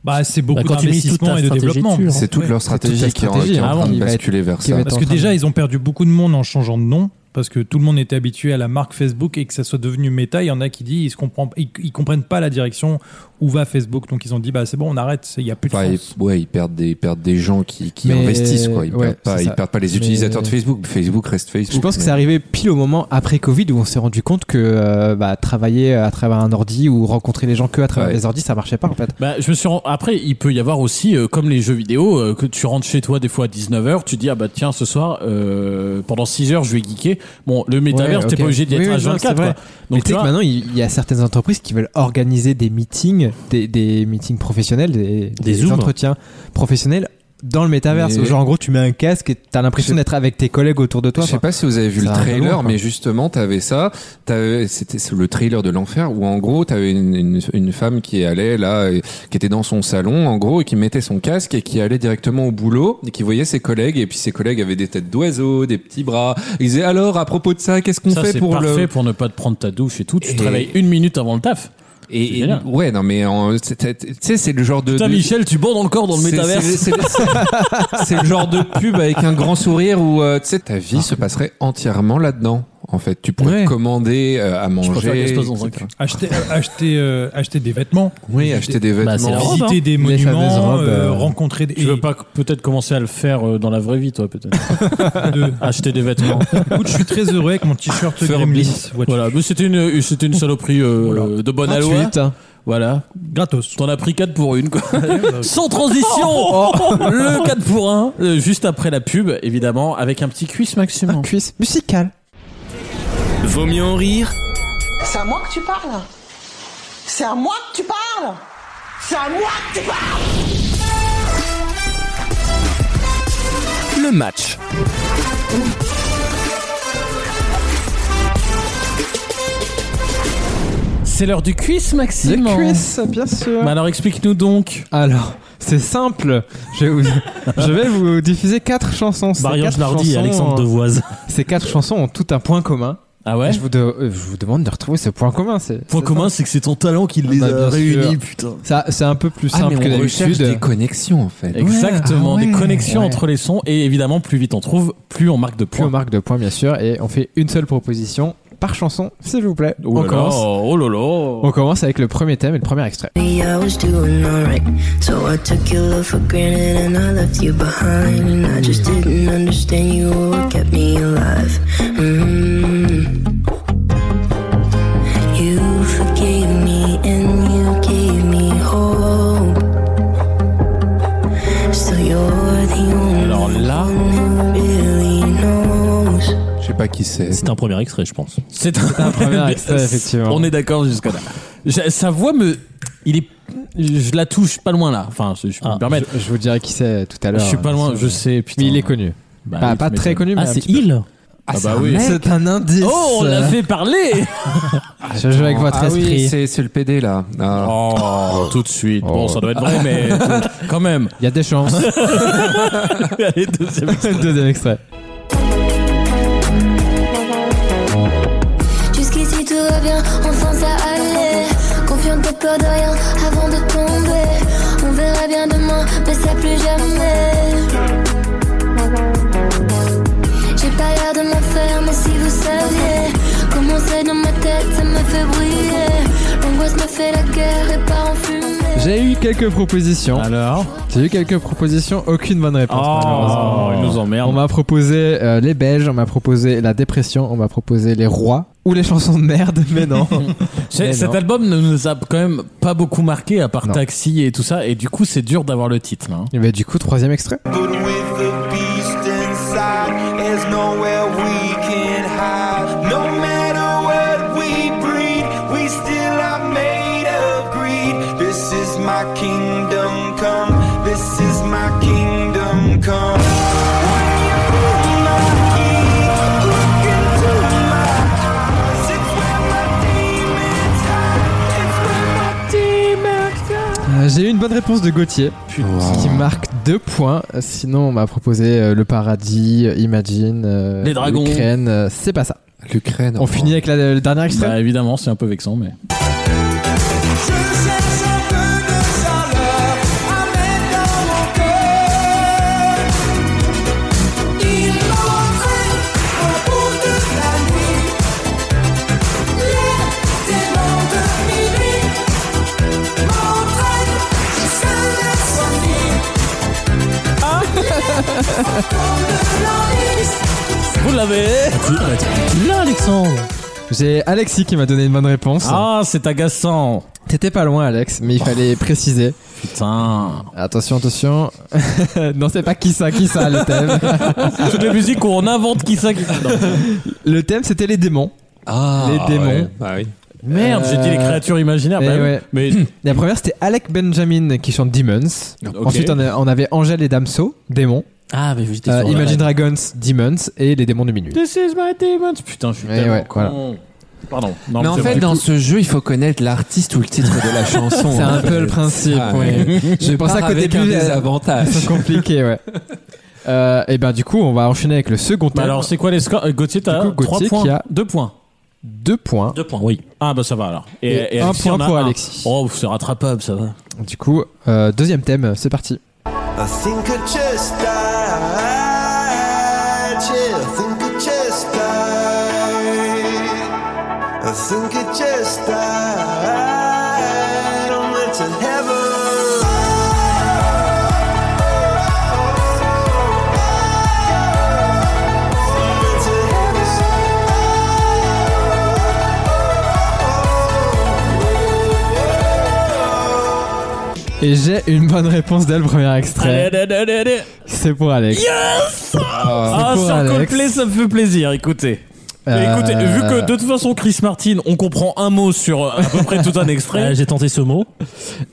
Speaker 5: Bah, c'est
Speaker 4: Bah,
Speaker 5: beaucoup
Speaker 4: quand tu mises toute
Speaker 5: d'investissement
Speaker 4: ta
Speaker 5: et de
Speaker 4: stratégie
Speaker 5: développement.
Speaker 4: dessus, hein.
Speaker 6: C'est toute
Speaker 5: Ouais.
Speaker 6: leur stratégie,
Speaker 3: toute la
Speaker 6: qui, est en-
Speaker 3: stratégie,
Speaker 6: qui est en,
Speaker 3: ah
Speaker 6: train
Speaker 3: bon,
Speaker 6: de
Speaker 3: il va être-
Speaker 6: basculer vers
Speaker 3: qui
Speaker 6: ça.
Speaker 3: va être-
Speaker 5: Parce
Speaker 3: en
Speaker 5: que
Speaker 3: train
Speaker 5: déjà,
Speaker 3: de-
Speaker 5: ils ont perdu beaucoup de monde en changeant de nom. Parce que tout le monde était habitué à la marque Facebook et que ça soit devenu méta. Il y en a qui disent ils se comprennent, ils, ils comprennent pas la direction où va Facebook. Donc ils ont dit bah c'est bon, on arrête, c'est- il y a plus de
Speaker 6: Enfin, ils,
Speaker 5: sens.
Speaker 6: ouais, ils perdent des, ils perdent des gens qui, qui
Speaker 3: Mais-
Speaker 6: investissent, quoi. Ils,
Speaker 3: ouais,
Speaker 6: perdent pas,
Speaker 3: c'est
Speaker 6: ils
Speaker 3: ça.
Speaker 6: perdent pas les
Speaker 3: Mais-
Speaker 6: utilisateurs de Facebook. Facebook reste Facebook.
Speaker 3: Je pense que
Speaker 6: mais-
Speaker 3: c'est arrivé pile au moment après Covid où on s'est rendu compte que euh, bah, travailler à travers un ordi ou rencontrer les gens que à travers
Speaker 6: Ouais.
Speaker 3: des ordis, ça marchait pas en fait.
Speaker 2: Bah, je me suis ren- Après, il peut y avoir aussi, euh, comme les jeux vidéo, euh, que tu rentres chez toi des fois à 19h, tu dis, ah bah tiens, ce soir, euh, pendant 6 heures, je vais geeker. Bon, le métavers,
Speaker 3: Ouais,
Speaker 2: t'es
Speaker 3: ok.
Speaker 2: pas obligé d'y être
Speaker 3: Oui,
Speaker 2: à
Speaker 3: oui, non,
Speaker 2: 24,
Speaker 3: c'est vrai.
Speaker 2: quoi.
Speaker 3: Mais
Speaker 2: Donc,
Speaker 3: tu
Speaker 2: tu
Speaker 3: sais que
Speaker 2: vois,
Speaker 3: maintenant, il il y a certaines entreprises qui veulent organiser des meetings, des, des meetings professionnels, des, des
Speaker 4: Zooms.
Speaker 3: entretiens professionnels dans le métaverse.
Speaker 6: Mais-
Speaker 3: Genre, en gros, tu mets un casque et t'as l'impression
Speaker 6: Je-
Speaker 3: d'être avec tes collègues autour de toi.
Speaker 6: Je sais
Speaker 3: enfin.
Speaker 6: pas si vous avez vu
Speaker 3: ça
Speaker 6: le
Speaker 3: va pas
Speaker 6: trailer,
Speaker 3: loin, quoi.
Speaker 6: mais justement, t'avais ça. t'avais- C'était le trailer de l'enfer où en gros, t'avais une, une, une femme qui allait là, et- qui était dans son salon, en gros, et qui mettait son casque et qui allait directement au boulot et qui voyait ses collègues. Et puis ses collègues avaient des têtes d'oiseaux, des petits bras. Ils disaient alors, à propos de ça, qu'est-ce qu'on
Speaker 2: ça,
Speaker 6: fait
Speaker 2: c'est
Speaker 6: pour
Speaker 2: parfait
Speaker 6: le
Speaker 2: pour ne pas te prendre ta douche et tout. Tu
Speaker 6: Et-
Speaker 2: travailles une minute avant le taf. C'est
Speaker 6: Et, et-
Speaker 2: génial.
Speaker 6: ouais, non, mais en- c'était- tu sais, c'est le genre de.
Speaker 2: Putain,
Speaker 6: de-
Speaker 2: Michel, tu bandes encore dans le
Speaker 6: c'est-
Speaker 2: métavers.
Speaker 6: c'est- c'est- c'est- C'est le genre de pub avec un grand sourire où euh, tu sais ta vie se passerait entièrement là-dedans. En fait, tu pourrais
Speaker 5: Ouais.
Speaker 6: commander euh, à manger,
Speaker 2: préfère Gaston dans un
Speaker 6: etc.
Speaker 5: Acheter, euh, acheter, euh, acheter des vêtements,
Speaker 6: oui, acheter des
Speaker 4: Bah, c'est la
Speaker 6: vêtements.
Speaker 4: robe.
Speaker 5: visiter des
Speaker 3: hein. Les fameuses
Speaker 5: monuments,
Speaker 3: robes,
Speaker 5: euh,
Speaker 3: euh,
Speaker 5: rencontrer des.
Speaker 2: Tu veux pas peut-être commencer à le faire euh, dans la vraie vie, toi, peut-être
Speaker 5: de-
Speaker 2: Acheter des vêtements.
Speaker 5: Écoute, je suis très heureux avec mon t-shirt
Speaker 6: Faire
Speaker 5: Gremlins. Voilà.
Speaker 2: voilà, mais c'était une, c'était une saloperie euh,
Speaker 5: Voilà.
Speaker 2: de bonne aloi.
Speaker 3: Gratuite, hein.
Speaker 2: Voilà.
Speaker 5: Gratos.
Speaker 2: T'en as pris 4 pour une, quoi. Sans transition Le 4 pour 1, euh, juste après la pub, évidemment, avec un petit cuisse maximum.
Speaker 3: Cuisse musicale.
Speaker 1: Vaut mieux en rire
Speaker 8: C'est à moi que tu parles C'est à moi que tu parles C'est à moi que tu parles
Speaker 1: le match.
Speaker 2: C'est l'heure du cuisse maximum.
Speaker 3: Les cuisses, bien sûr.
Speaker 2: Mais alors explique-nous donc.
Speaker 3: Alors, c'est simple. Je vais vous, je vais vous diffuser quatre chansons. Ces
Speaker 4: Marion
Speaker 3: quatre
Speaker 4: Genardi et
Speaker 3: chansons
Speaker 4: Alexandre
Speaker 2: hein.
Speaker 3: ont-
Speaker 4: Devoise.
Speaker 3: Ces quatre chansons ont tout un point commun.
Speaker 2: Ah ouais
Speaker 3: Je, vous de- euh, je vous demande de retrouver ce point commun. c'est-
Speaker 2: Point
Speaker 3: c'est
Speaker 2: commun, c'est que c'est ton talent qui les
Speaker 3: Bah, bien
Speaker 2: a réunis,
Speaker 3: sûr.
Speaker 2: putain.
Speaker 3: Ça, c'est un peu plus
Speaker 6: Ah,
Speaker 3: simple
Speaker 6: mais
Speaker 3: que
Speaker 6: on recherche des
Speaker 3: d'habitude.
Speaker 6: connexions en fait.
Speaker 2: Exactement,
Speaker 3: ah ouais,
Speaker 2: des connexions
Speaker 3: ouais.
Speaker 2: entre les sons et évidemment plus vite on trouve, plus on marque de
Speaker 3: Plus on
Speaker 2: points.
Speaker 3: marque de points, bien sûr, et on fait une seule proposition par chanson, s'il vous plaît.
Speaker 2: Oh
Speaker 3: on,
Speaker 2: là
Speaker 3: commence,
Speaker 2: là, oh là là.
Speaker 3: on commence avec le premier thème et le premier extrait.
Speaker 9: Me, I was doing alright. So I took your love for granted and I left you behind. And I just didn't understand you were what kept me alive. Mm. You forgave me and you gave me hope. So you're the only
Speaker 2: Alors là,
Speaker 9: one who really knows.
Speaker 6: Je sais pas qui c'est.
Speaker 4: C'est un premier extrait, je pense.
Speaker 2: c'est un,
Speaker 3: un premier extrait, effectivement.
Speaker 2: Ah, On est d'accord jusqu'à là. Je- sa voix me, il est, je la touche pas loin là. Enfin, je, je peux
Speaker 4: Ah,
Speaker 2: me permettre.
Speaker 3: Je, je vous dirai qui c'est tout à
Speaker 2: Je, ah,
Speaker 3: l'heure. hein,
Speaker 2: suis pas loin, je sais. Putain.
Speaker 3: Mais il est connu.
Speaker 2: Bah
Speaker 3: Bah,
Speaker 2: oui,
Speaker 3: pas
Speaker 2: tu
Speaker 3: très
Speaker 2: m'étonnes.
Speaker 3: connu, mais
Speaker 4: Ah,
Speaker 3: un
Speaker 4: c'est
Speaker 3: petit peu.
Speaker 4: il
Speaker 2: Ah bah oui.
Speaker 3: C'est un indice.
Speaker 2: Oh, on l'a fait parler.
Speaker 3: Je joue avec votre
Speaker 6: ah oui,
Speaker 3: esprit.
Speaker 6: c'est c'est le PD là. Ah.
Speaker 2: Oh, tout de suite. Bon,
Speaker 3: Oh.
Speaker 2: ça doit être vrai, mais quand même.
Speaker 3: Il y a des chances.
Speaker 2: Allez, deuxième extrait.
Speaker 3: Deuxième extrait.
Speaker 10: Jusqu'ici tout va bien, enfin ça allait. Confiante, t'as peur de rien avant de tomber. On verra bien demain, mais ça plus jamais. J'ai pas l'air de m'en faire, mais si vous saviez, mon seuil dans ma tête, ça me fait briller. L'angoisse me fait la guerre et part en fumée.
Speaker 3: J'ai eu quelques propositions.
Speaker 2: Alors
Speaker 3: J'ai eu quelques propositions, aucune bonne
Speaker 2: Oh,
Speaker 3: réponse. malheureusement.
Speaker 2: il nous
Speaker 3: On
Speaker 2: emmerde.
Speaker 3: m'a proposé euh, les Belges, on m'a proposé la dépression, on m'a proposé les rois ou les chansons de merde, mais non.
Speaker 2: C'est-
Speaker 3: Mais
Speaker 2: Cet
Speaker 3: non.
Speaker 2: album ne nous a quand même pas beaucoup marqué à part
Speaker 3: Non.
Speaker 2: Taxi et tout ça, et du coup c'est dur d'avoir le titre. là, hein.
Speaker 3: Et bah, du coup, troisième extrait.
Speaker 11: But with the beast inside, there's nowhere we can hide. No matter what we breed, we still are made of greed. This is my kingdom come. This is my kingdom
Speaker 3: Euh,
Speaker 11: come. When you hold my keys, look into my eyes. It's where my demons hide. It's where my demons hide.
Speaker 3: Euh, J'ai eu une bonne réponse de Gauthier, ce qui marque deux points. Euh, Sinon, on m'a proposé euh, le paradis, euh, Imagine, euh,
Speaker 4: Les dragons.
Speaker 3: l'Ukraine. euh, c'est pas ça.
Speaker 6: L'Ukraine.
Speaker 3: On finit avec la, le dernier extrait.
Speaker 2: Bah, évidemment, c'est un peu vexant, mais.
Speaker 11: Je cherche un peu de chaleur à mettre dans mon cœur. Il m'entraîne au bout de la nuit. Les démons de minuit m'entraînent jusqu'à l'insomnie.
Speaker 2: Vous l'avez ah,
Speaker 4: Là, Alexandre
Speaker 3: J'ai Alexis qui m'a donné une bonne réponse.
Speaker 2: Ah, c'est agaçant
Speaker 3: T'étais pas loin, Alex, mais il fallait préciser.
Speaker 2: Putain
Speaker 3: Attention, attention. non, c'est pas qui ça, qui ça, le thème.
Speaker 2: Toutes les musiques où on invente qui ça qui ça. Non.
Speaker 3: Le thème, c'était les démons.
Speaker 6: Ah,
Speaker 3: Les démons.
Speaker 6: ouais. Ah oui.
Speaker 2: Merde, j'ai dit les
Speaker 3: Euh,
Speaker 2: créatures imaginaires.
Speaker 3: eh
Speaker 2: bah oui.
Speaker 3: ouais.
Speaker 2: Mais
Speaker 3: La première, c'était Alec Benjamin qui chante Demons.
Speaker 2: Ok.
Speaker 3: Ensuite, on, a- on avait Angèle et Damso, démons.
Speaker 4: Ah, mais j'étais
Speaker 3: Euh,
Speaker 4: sur
Speaker 3: Imagine Dragons, Demons et les démons de minuit.
Speaker 2: This is my demons. Putain, je suis
Speaker 3: Eh
Speaker 2: tellement
Speaker 3: ouais,
Speaker 2: con.
Speaker 3: voilà.
Speaker 2: Pardon. Non,
Speaker 6: Mais en
Speaker 2: c'est
Speaker 6: fait,
Speaker 2: bon.
Speaker 6: dans ce jeu, il faut connaître l'artiste ou le titre de la chanson.
Speaker 3: C'est
Speaker 6: hein.
Speaker 3: un peu le principe.
Speaker 6: Ah,
Speaker 3: ouais.
Speaker 6: Je
Speaker 3: pour ça
Speaker 6: pars
Speaker 3: qu'au
Speaker 6: avec
Speaker 3: début,
Speaker 6: un
Speaker 3: euh,
Speaker 6: désavantage.
Speaker 3: C'est compliqué, ouais. Euh, et ben du coup, on va enchaîner avec le second
Speaker 2: Bah
Speaker 3: thème.
Speaker 2: alors, c'est quoi les scores Euh, Gauthier, t'as
Speaker 3: Du coup,
Speaker 2: 3
Speaker 3: Gauthier
Speaker 2: points.
Speaker 3: qui a-
Speaker 2: 2 points.
Speaker 3: deux points.
Speaker 4: Deux points, oui.
Speaker 2: Ah, bah ça va alors. Et,
Speaker 3: Et
Speaker 2: et
Speaker 3: un
Speaker 2: Alexis
Speaker 3: point
Speaker 2: en a
Speaker 3: pour
Speaker 2: un.
Speaker 3: Alexis.
Speaker 2: Oh, c'est rattrapable, ça va.
Speaker 3: Du coup, euh, deuxième thème, c'est parti.
Speaker 11: I think I just died. Yeah, I think I just died. I think I just died. I went to heaven.
Speaker 3: Et j'ai une bonne réponse dès le premier extrait.
Speaker 2: Allez, allez, allez, allez.
Speaker 3: C'est pour Alex.
Speaker 2: eh, Ah,
Speaker 3: pour
Speaker 2: sur
Speaker 3: Alex.
Speaker 2: Coldplay, ça me fait plaisir, écoutez. Mais
Speaker 3: Euh,
Speaker 2: Écoutez, vu que de toute façon Chris Martin, on comprend un mot sur euh, à peu près tout un extrait.
Speaker 4: Euh, j'ai tenté ce mot.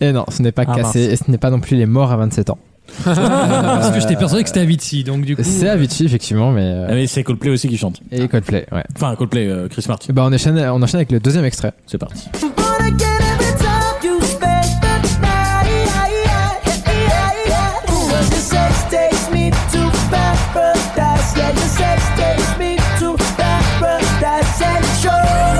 Speaker 3: Et non, ce n'est pas
Speaker 4: Ah,
Speaker 3: cassé et ce n'est pas non plus les morts à 27 ans.
Speaker 5: Parce que j'étais persuadé que c'était Avicii, donc du coup.
Speaker 2: euh,
Speaker 3: C'est Avicii, effectivement, mais. euh,
Speaker 2: Ah, mais c'est Coldplay aussi qui chante.
Speaker 3: Et Coldplay, ouais.
Speaker 2: Enfin, Coldplay, euh, Chris Martin.
Speaker 3: Et ben on enchaîne, on enchaîne avec le deuxième extrait.
Speaker 2: C'est parti.
Speaker 10: But again, every time you spend the night, Ooh, your sex takes me to paradise. Yeah, your sex takes me to paradise. And yours.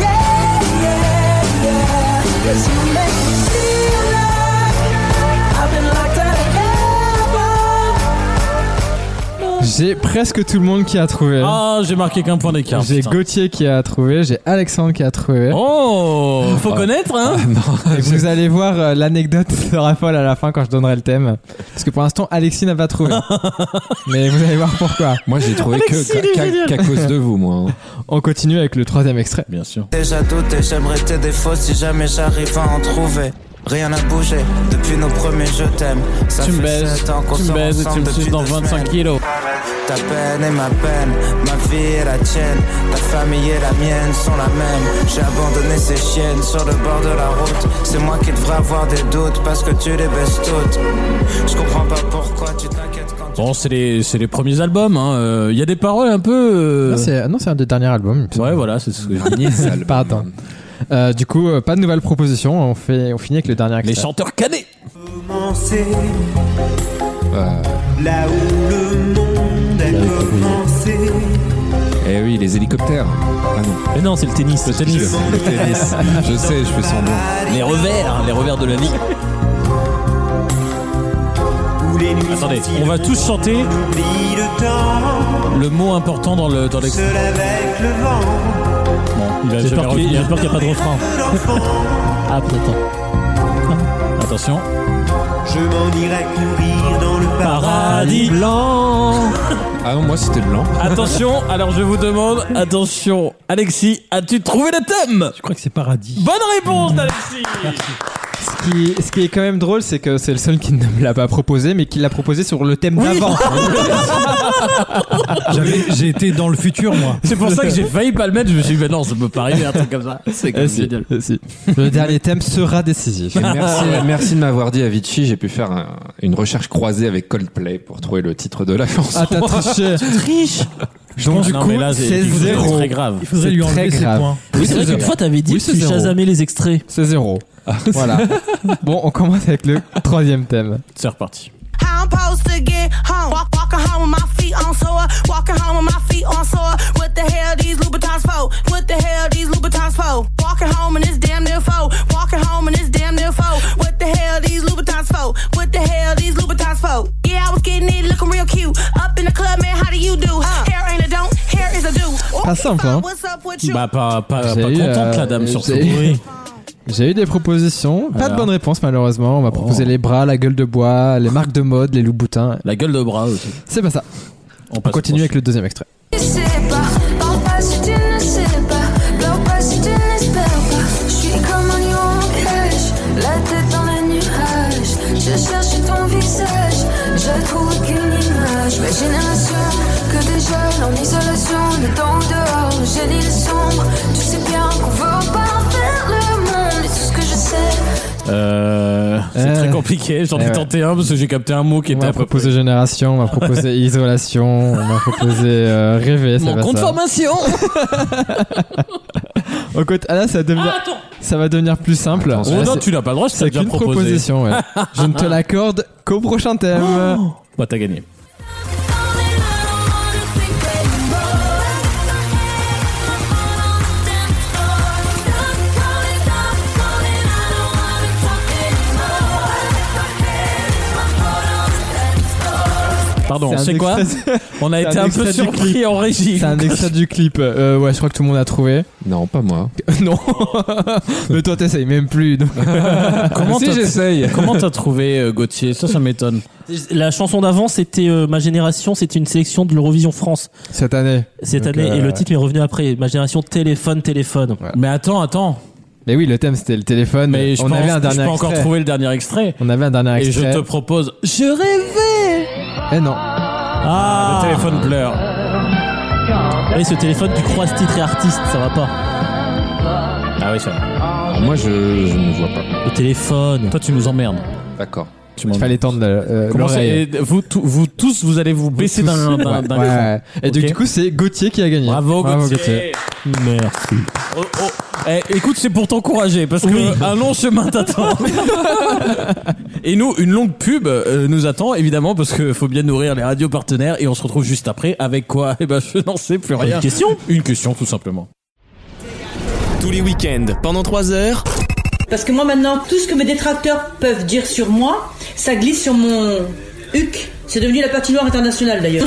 Speaker 10: Yeah, yeah, yeah. 'Cause you make me feel like I've been locked out of heaven.
Speaker 3: J'ai presque tout le monde qui a trouvé.
Speaker 2: Ah, j'ai marqué qu'un point d'écart.
Speaker 3: j'ai
Speaker 2: putain.
Speaker 3: Gauthier qui a trouvé, j'ai Alexandre qui a trouvé.
Speaker 2: Oh, faut connaître, hein
Speaker 3: Et vous allez voir euh, l'anecdote sera folle à la fin quand je donnerai le thème. Parce que pour l'instant, Alexis n'a pas trouvé. Mais vous allez voir pourquoi.
Speaker 6: Moi, j'ai trouvé que qu'à- qu'à cause de vous, moi. hein.
Speaker 3: On continue avec le troisième extrait.
Speaker 2: Bien sûr.
Speaker 11: Déjà douté, j'aimerais tes défauts si jamais j'arrive à en trouver. Rien n'a bougé depuis nos premiers je t'aime. Ça
Speaker 2: Tu me
Speaker 11: fait
Speaker 2: baises,
Speaker 11: sept ans qu'on
Speaker 2: tu me
Speaker 11: sort
Speaker 2: baises et tu
Speaker 11: ensemble
Speaker 2: me suces
Speaker 11: depuis
Speaker 2: dans
Speaker 11: deux
Speaker 2: 25
Speaker 11: semaines.
Speaker 2: kilos.
Speaker 11: Ta peine est ma peine, ma vie est la tienne. Ta famille et la mienne sont la même. J'ai abandonné ces chiennes sur le bord de la route. C'est moi qui devrais avoir des doutes parce que tu les baisses toutes. Je comprends pas pourquoi tu t'inquiètes quand tu.
Speaker 2: Bon, c'est les, c'est les premiers albums, hein. Euh, Il y a des paroles un peu. euh,
Speaker 3: Non,
Speaker 11: Ah,
Speaker 3: c'est non, c'est un des derniers albums. il me
Speaker 2: Ouais,
Speaker 3: semble.
Speaker 2: voilà, c'est ce que je dis.
Speaker 3: Pardon. Euh, du coup, euh, pas de nouvelles propositions. On, fait, on finit avec le dernier
Speaker 2: Les
Speaker 3: extrait.
Speaker 2: chanteurs canés
Speaker 11: Commencer là où le monde a commencé.
Speaker 6: Eh oui, les hélicoptères. Ah non.
Speaker 4: Mais non, c'est le tennis. Le tennis.
Speaker 6: Le tennis. Je sais, je fais semblant.
Speaker 2: hein,
Speaker 4: Les revers, les revers de la vie.
Speaker 11: Où
Speaker 2: Attendez, on va tous chanter le mot important dans le dans les.
Speaker 10: Se lève avec le vent.
Speaker 2: il va
Speaker 4: J'ai
Speaker 2: jamais
Speaker 4: peur qu'il
Speaker 2: revenir.
Speaker 4: j'ai peur qu'il n'y a pas de refrain. ah, peut-être.
Speaker 2: Attention.
Speaker 10: Je m'en irai courir dans le
Speaker 2: Paradis blanc.
Speaker 6: Ah non, moi c'était blanc.
Speaker 2: Attention, alors je vous demande, attention, Alexis, as-tu trouvé le thème
Speaker 5: Je crois que c'est paradis.
Speaker 2: Bonne réponse d'Alexis
Speaker 3: Ce qui, ce qui est quand même drôle, c'est que c'est le seul qui ne me l'a pas proposé, mais qui l'a proposé sur le thème d'avant.
Speaker 5: J'avais- J'ai été dans le futur, moi.
Speaker 2: C'est pour ça que j'ai failli pas le mettre, je me suis dit, mais non, ça peut pas arriver, un truc comme ça. Euh, C'est quand
Speaker 3: Eh
Speaker 2: même
Speaker 3: si,
Speaker 2: génial.
Speaker 3: eh si. Le dernier thème sera décisif.
Speaker 6: Et merci, merci de m'avoir dit Avicii. J'ai pu faire un- une recherche croisée avec Coldplay pour trouver le titre de la chanson.
Speaker 3: Ah, t'as triché.
Speaker 4: Triche
Speaker 3: Donc, du
Speaker 2: Non,
Speaker 3: coup,
Speaker 2: mais là,
Speaker 3: c'est zéro.
Speaker 2: très grave.
Speaker 5: Il faudrait
Speaker 3: C'est
Speaker 5: lui
Speaker 3: très
Speaker 5: enlever ses
Speaker 3: grave.
Speaker 5: points.
Speaker 4: Oui,
Speaker 3: c'est
Speaker 4: c'est vrai qu'une
Speaker 3: zéro.
Speaker 4: fois, t'avais dit
Speaker 3: Oui,
Speaker 4: que
Speaker 3: c'est
Speaker 4: tu
Speaker 3: zéro.
Speaker 4: chasamais les extraits.
Speaker 3: C'est zéro. Voilà. Bon, on commence avec le troisième thème.
Speaker 2: C'est reparti.
Speaker 10: How I'm supposed to get home. Walk, walking home with my feet on sore. Walking home with my feet on sore. What the hell these Louboutins for? What the hell these Louboutins for? Walking home and it's damn near foe. Walking home and it's damn near foe. What the hell these Louboutins for? What the hell these Louboutins for? Yeah, I was getting it looking real cute. Up in the club, man, how do you do? Hair ain't a don't, hair is a do.
Speaker 3: Pas simple, hein.
Speaker 10: What's up with you?
Speaker 2: Bah, pas, pas, pas
Speaker 3: J'ai eu,
Speaker 2: contente, la
Speaker 3: euh,
Speaker 2: dame, surtout.
Speaker 3: j'ai eu- J'ai eu des propositions. Pas de
Speaker 2: Alors.
Speaker 3: bonnes réponses, malheureusement. On m'a proposé les bras, la gueule de bois, les marques de mode, les loups boutins.
Speaker 2: La gueule de bras aussi.
Speaker 3: C'est pas ça.
Speaker 2: On
Speaker 3: On
Speaker 2: passe
Speaker 3: continue
Speaker 2: au
Speaker 3: avec le deuxième extrait.
Speaker 10: Je sais pas, parle pas si tu ne sais pas, pleure pas si tu n'espères pas. Je suis comme un lion en cage, la tête dans les nuages. Je cherche ton visage, je trouve qu'une image. Ma génération, que des jeunes en isolation, le temps dehors, le génie le sombre. Tu sais bien qu'on veut pas faire le monde, et tout ce que je sais.
Speaker 2: prochain. Euh, c'est
Speaker 3: Euh.
Speaker 2: très compliqué, j'en
Speaker 3: Eh
Speaker 2: ai
Speaker 3: ouais.
Speaker 2: tenté un parce que j'ai capté un mot qui
Speaker 3: On
Speaker 2: était
Speaker 3: m'a
Speaker 2: à peu près.
Speaker 3: proposé génération, on m'a proposé isolation, on m'a proposé euh, rêver. c'est
Speaker 4: Mon
Speaker 3: pas
Speaker 4: compte
Speaker 3: ça.
Speaker 4: formation
Speaker 3: On compte- Ah là, ça va devenir, ça va devenir plus simple.
Speaker 6: Attention.
Speaker 3: Là,
Speaker 2: Oh non,
Speaker 3: c'est-
Speaker 2: tu l'as pas le droit, je t'ai
Speaker 3: c'est
Speaker 2: déjà
Speaker 3: qu'une
Speaker 2: proposé.
Speaker 3: proposition. ouais. Je ne te l'accorde qu'au prochain thème.
Speaker 2: Bah, t'as gagné. Pardon,
Speaker 3: C'est un
Speaker 2: c'est quoi
Speaker 3: extrait-
Speaker 2: On a
Speaker 3: c'est
Speaker 2: été
Speaker 3: un
Speaker 2: un peu
Speaker 3: extrait du
Speaker 2: surpris en régie.
Speaker 3: C'est un extrait du clip. Euh, ouais, je crois que tout le monde a trouvé.
Speaker 6: Non, pas moi.
Speaker 3: non, mais toi t'essayes même plus. donc.
Speaker 2: Comment
Speaker 6: si
Speaker 2: t'as-
Speaker 6: j'essaye
Speaker 2: Comment t'as trouvé euh, Gauthier Ça, ça m'étonne.
Speaker 4: La chanson d'avant, c'était euh, Ma Génération, c'était une sélection de l'Eurovision France
Speaker 3: Cette année.
Speaker 4: cette
Speaker 3: Donc,
Speaker 4: année,
Speaker 3: euh,
Speaker 4: et
Speaker 3: ouais.
Speaker 4: le titre est revenu après. Ma Génération, téléphone, téléphone.
Speaker 2: Mais attends, attends.
Speaker 3: Mais oui, le thème c'était le téléphone.
Speaker 2: Mais je
Speaker 3: on
Speaker 2: pense-
Speaker 3: avait un
Speaker 2: je
Speaker 3: dernier
Speaker 2: peux encore
Speaker 3: extrait.
Speaker 2: trouver le dernier extrait.
Speaker 3: On avait un dernier
Speaker 2: Et je
Speaker 3: extrait.
Speaker 2: te propose. Je rêvais
Speaker 3: Eh non.
Speaker 2: Ah, le téléphone pleure.
Speaker 4: Et ce téléphone, tu crois ce titre et artiste, ça va pas.
Speaker 2: Ah oui, ça va.
Speaker 6: Alors, moi, je ne vois pas.
Speaker 4: Le téléphone.
Speaker 2: Toi, tu nous emmerdes.
Speaker 6: D'accord.
Speaker 2: Tu m'emmerdes.
Speaker 3: Il fallait tendre le- euh,
Speaker 2: Comment c'est-
Speaker 3: l'oreille.
Speaker 2: et vous, tou- vous tous, vous allez vous baisser d'un
Speaker 3: Ouais,
Speaker 2: d'un- d'un
Speaker 3: ouais,
Speaker 2: cran.
Speaker 3: ouais. Et donc,
Speaker 2: Ok.
Speaker 3: du coup, c'est Gauthier qui a gagné.
Speaker 2: Bravo, Gauthier.
Speaker 4: Merci.
Speaker 2: Oh, oh. Eh, écoute, c'est pour t'encourager parce que euh, un long chemin t'attend. et nous, une longue pub euh, nous attend évidemment parce qu'il faut bien nourrir les radios partenaires et on se retrouve juste après avec quoi Eh ben, je n'en sais plus rien.
Speaker 4: Une question
Speaker 2: Une question, tout simplement.
Speaker 1: Tous les week-ends, pendant 3 heures.
Speaker 12: Parce que moi maintenant, tout ce que mes détracteurs peuvent dire sur moi, ça glisse sur mon huc. C'est devenu la patinoire internationale d'ailleurs.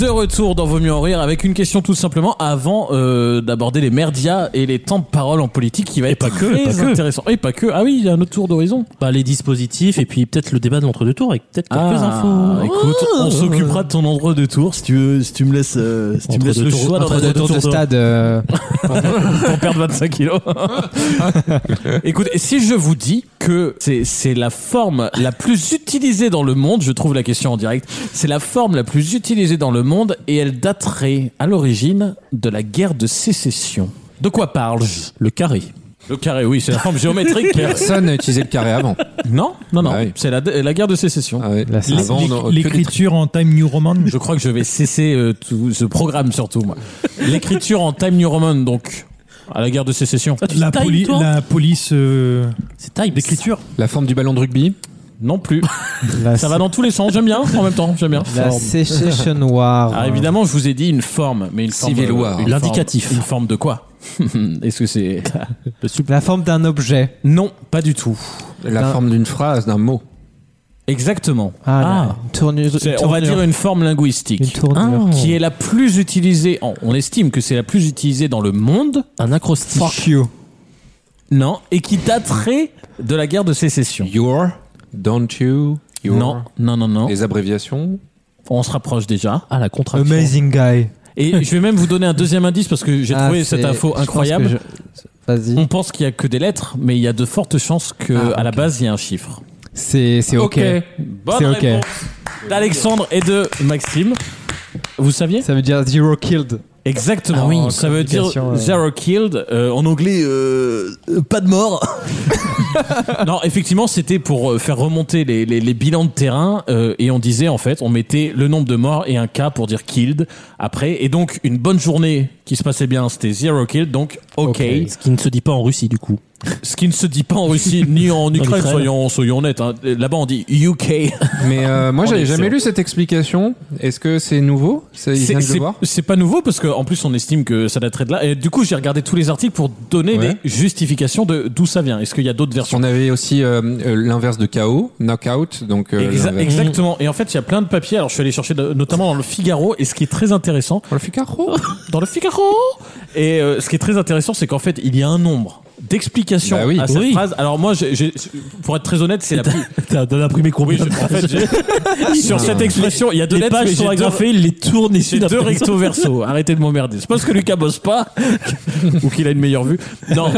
Speaker 2: De retour dans Vaut mieux en rire avec une question tout simplement avant euh, d'aborder les merdias et les temps de parole en politique qui va être pas que,
Speaker 4: pas que.
Speaker 2: intéressant. Et pas que. Ah oui, il y a un autre tour d'horizon.
Speaker 4: Bah, les dispositifs, et puis peut-être le débat de l'entre-deux-tours avec peut-être quelques infos.
Speaker 2: Ah,
Speaker 4: Ah. Oh.
Speaker 2: Écoute, on s'occupera de ton endroit de tour si tu veux, si tu me laisses, euh, si tu me laisses le choix
Speaker 3: Entre deux tours de stade. euh,
Speaker 2: pour perdre 25 kilos. Écoute, si je vous dis que c'est c'est la forme la plus utilisée dans le monde, je trouve la question en direct, c'est la forme la plus utilisée dans le monde et elle daterait à l'origine de la guerre de sécession. De quoi parle-je Le carré. Le carré, oui, c'est la forme géométrique.
Speaker 6: Personne n'a utilisé le carré avant.
Speaker 2: non, non, non,
Speaker 6: Ah oui.
Speaker 2: c'est la, la guerre de sécession.
Speaker 6: Ah ouais.
Speaker 3: Là, c'est
Speaker 6: Avant, on a- que des trucs.
Speaker 5: L'écriture en Time New Roman.
Speaker 2: Je crois que je vais cesser euh, tout ce programme surtout moi. L'écriture en Time New Roman donc à la guerre de sécession.
Speaker 5: La,
Speaker 4: Time,
Speaker 5: poli-
Speaker 4: toi
Speaker 5: la police euh,
Speaker 4: C'est time.
Speaker 5: d'écriture.
Speaker 6: La forme du ballon de rugby.
Speaker 2: Non plus. Ça va dans tous les sens, j'aime bien en même temps, j'aime bien.
Speaker 3: La
Speaker 2: Forme.
Speaker 3: Secession War.
Speaker 2: Alors évidemment, je vous ai dit une forme, mais une forme. euh,
Speaker 6: Civil War.
Speaker 2: une forme-
Speaker 4: L'indicatif.
Speaker 2: Une forme de quoi Est-ce que c'est.
Speaker 3: La forme d'un objet.
Speaker 2: Non, pas du tout.
Speaker 6: La
Speaker 3: D'un-
Speaker 6: forme d'une phrase, d'un mot.
Speaker 2: Exactement.
Speaker 3: Ah, une tournure- une
Speaker 2: C'est- on va
Speaker 3: tournure.
Speaker 2: dire Ah. une forme linguistique.
Speaker 3: Une tournure.
Speaker 2: Qui est la plus utilisée. en- on estime que c'est la plus utilisée dans le monde.
Speaker 4: Un acrostiche.
Speaker 3: Fuck you.
Speaker 2: Non. Et qui daterait de la guerre de sécession.
Speaker 6: Your, don't you, your.
Speaker 2: Non, non, non, non.
Speaker 6: Les abréviations.
Speaker 2: On se rapproche déjà.
Speaker 4: Ah, la contraction.
Speaker 3: Amazing guy.
Speaker 2: Et je vais même vous donner un deuxième indice parce que j'ai
Speaker 3: Ah,
Speaker 2: trouvé
Speaker 3: c'est-
Speaker 2: cette
Speaker 3: je
Speaker 2: info
Speaker 3: pense
Speaker 2: incroyable.
Speaker 3: que je- Vas-y.
Speaker 2: On pense qu'il y a que des lettres, mais il y a de fortes chances que à la base il y a un chiffre.
Speaker 3: C'est c'est Ah, ok.
Speaker 2: Bonne
Speaker 3: C'est ok.
Speaker 2: réponse d'Alexandre et de Maxime. Vous saviez
Speaker 3: Ça veut dire zero killed.
Speaker 2: Exactement.
Speaker 3: Ah oui,
Speaker 2: ça veut dire
Speaker 3: complication, euh.
Speaker 2: zero killed euh, en anglais euh, euh, pas de mort. non, effectivement, c'était pour euh, faire remonter les, les- les bilans de terrain euh, et on disait en fait, on mettait le nombre de morts et un cas pour dire killed après et donc une bonne journée qui se passait bien, c'était zero killed donc ok.
Speaker 4: Ce qui ne se dit pas en Russie, du coup.
Speaker 2: Ce qui ne se dit pas en Russie ni en Ukraine,
Speaker 4: Ukraine.
Speaker 2: soyons, soyons honnêtes. hein. Là-bas, on dit UK.
Speaker 6: Mais euh, moi,
Speaker 2: On
Speaker 6: j'avais
Speaker 2: est
Speaker 6: jamais
Speaker 2: sûr.
Speaker 6: lu cette explication. Est-ce que c'est nouveau Ça, Il vient
Speaker 2: C'est-
Speaker 6: de le
Speaker 2: C'est
Speaker 6: voir
Speaker 2: c'est pas nouveau parce qu'en plus, on estime que ça daterait de là. Et du coup, j'ai regardé tous les articles pour donner
Speaker 6: Ouais.
Speaker 2: les justifications de d'où ça vient. Est-ce qu'il y a d'autres versions
Speaker 6: On avait aussi euh, euh, l'inverse de KO, knockout. Donc, euh,
Speaker 2: Exa-
Speaker 6: l'inverse.
Speaker 2: Exactement. Et en fait, il y a plein de papiers. Alors, je suis allé chercher de- notamment dans le Figaro. Et ce qui est très intéressant,
Speaker 6: Oh, le Figaro
Speaker 2: dans le Figaro, et euh, ce qui est très intéressant, c'est qu'en fait, il y a un nombre d'explications
Speaker 6: Bah oui.
Speaker 2: à cette
Speaker 4: Oui.
Speaker 2: phrase. Alors moi, j'ai- j'ai- pour être très honnête, c'est la plus...
Speaker 4: T'as d'un imprimé
Speaker 2: Oui,
Speaker 4: combien
Speaker 2: je- en fait, j'ai- sur cette expression, il y a deux
Speaker 4: Les
Speaker 2: lettres,
Speaker 4: pages
Speaker 2: mais
Speaker 4: sont
Speaker 2: j'ai deux-
Speaker 4: agrafées, il les tourne ici
Speaker 2: C'est
Speaker 4: d'un
Speaker 2: deux
Speaker 4: trait.
Speaker 2: recto verso. Arrêtez de m'emmerder. C'est parce que Lucas bosse pas ou qu'il a une meilleure vue. Non.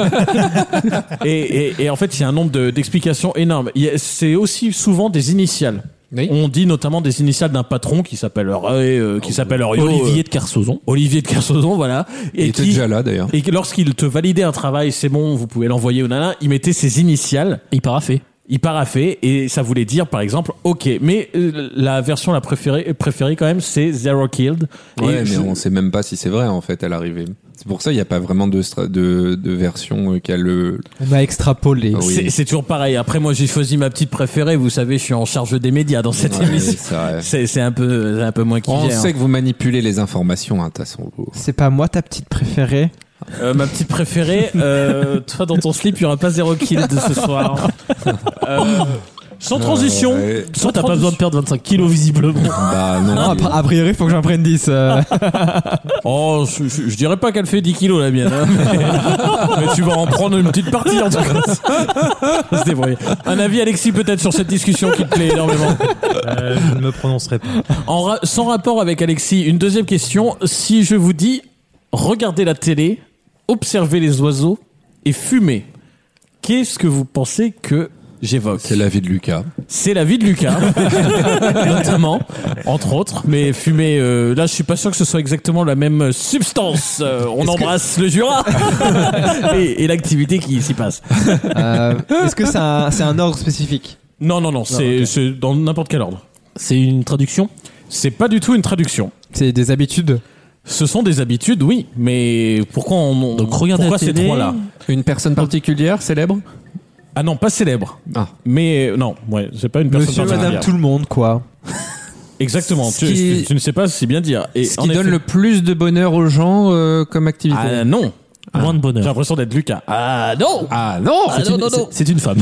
Speaker 2: Et, et- et en fait, il y a un nombre de- d'explications énorme. Il y a- C'est aussi souvent des initiales.
Speaker 6: Oui.
Speaker 2: On dit notamment des initiales d'un patron qui s'appelle Ray, euh,
Speaker 6: Ah,
Speaker 2: qui s'appelle Orion, euh,
Speaker 4: Olivier de Carsozon.
Speaker 2: Olivier de Kersauzon, voilà.
Speaker 6: Il
Speaker 2: Et
Speaker 6: était
Speaker 2: qui-
Speaker 6: déjà là d'ailleurs.
Speaker 2: et que lorsqu'il te validait un travail, c'est bon, vous pouvez l'envoyer au nana, il mettait ses initiales
Speaker 4: Il paraffait.
Speaker 2: il paraffait et ça voulait dire par exemple ok mais euh, la version la préférée préférée quand même c'est zero killed
Speaker 6: Ouais,
Speaker 2: Et
Speaker 6: mais
Speaker 2: je-
Speaker 6: on sait même pas si c'est vrai en fait à l'arrivée. C'est pour ça il n'y a pas vraiment de, stra- de, de version euh, qui a le.
Speaker 3: On a extrapolé.
Speaker 6: Ah oui.
Speaker 2: c'est c'est toujours pareil après moi j'ai choisi ma petite préférée vous savez je suis en charge des médias dans cette
Speaker 6: Ouais,
Speaker 2: émission
Speaker 6: c'est vrai.
Speaker 2: c'est c'est un peu c'est un peu moins qui
Speaker 6: On
Speaker 2: gère,
Speaker 6: sait
Speaker 2: hein.
Speaker 6: que vous manipulez les informations, hein, de toute façon. vous.
Speaker 3: C'est pas moi ta petite préférée.
Speaker 2: Euh, ma petite préférée euh, toi dans ton slip il y aura pas zero killed ce soir Euh, sans transition
Speaker 6: ouais.
Speaker 2: sans
Speaker 4: Toi, t'as pas besoin de perdre 25 kilos, visiblement.
Speaker 6: Bah non.
Speaker 2: Ah,
Speaker 3: Non, a, Ah, a priori, faut que j'en prenne 10. euh.
Speaker 2: Oh, je, je- je dirais pas qu'elle fait 10 kilos la mienne. hein, mais, mais tu vas en prendre une petite partie en tout cas. On va se débrouiller. Un avis Alexis peut-être sur cette discussion qui te plaît énormément.
Speaker 5: Euh, je ne me prononcerai pas.
Speaker 2: En ra- sans rapport avec Alexis, une deuxième question. Si je vous dis regardez la télé, observez les oiseaux et fumez, qu'est-ce que vous pensez que j'évoque
Speaker 6: C'est l'avis de Lucas.
Speaker 2: C'est la vie de Lucas, notamment, entre autres. Mais fumer, euh, là, je suis pas sûr que ce soit exactement la même substance. Euh, on embrasse le Jura et, et l'activité qui s'y passe.
Speaker 3: Euh, Est-ce que c'est un, c'est un ordre spécifique
Speaker 2: Non, non, non, c'est c'est dans n'importe quel ordre.
Speaker 4: C'est une traduction
Speaker 2: C'est pas du tout une traduction.
Speaker 3: C'est des habitudes
Speaker 2: Ce sont des habitudes, oui, mais pourquoi on, on-
Speaker 4: Donc, regardez
Speaker 2: pourquoi
Speaker 4: la
Speaker 2: ces
Speaker 4: télé.
Speaker 2: trois-là
Speaker 6: Une personne particulière célèbre
Speaker 2: Ah non, pas célèbre.
Speaker 6: Ah.
Speaker 2: Mais euh, non, ouais, c'est pas une personne
Speaker 3: Monsieur,
Speaker 2: particulière.
Speaker 3: madame, tout le monde, quoi.
Speaker 2: Exactement.
Speaker 6: Ce
Speaker 2: Tu,
Speaker 6: qui-
Speaker 2: tu- tu ne sais pas si bien dire. Et
Speaker 6: Ce
Speaker 2: en
Speaker 6: qui donne
Speaker 2: effet-
Speaker 6: le plus de bonheur aux gens euh, comme activité.
Speaker 2: ah non,
Speaker 4: Moins de
Speaker 2: j'ai
Speaker 4: bonheur.
Speaker 2: l'impression d'être Lucas. Ah non.
Speaker 6: Ah non
Speaker 2: Ah non, non, non.
Speaker 4: C'est une femme.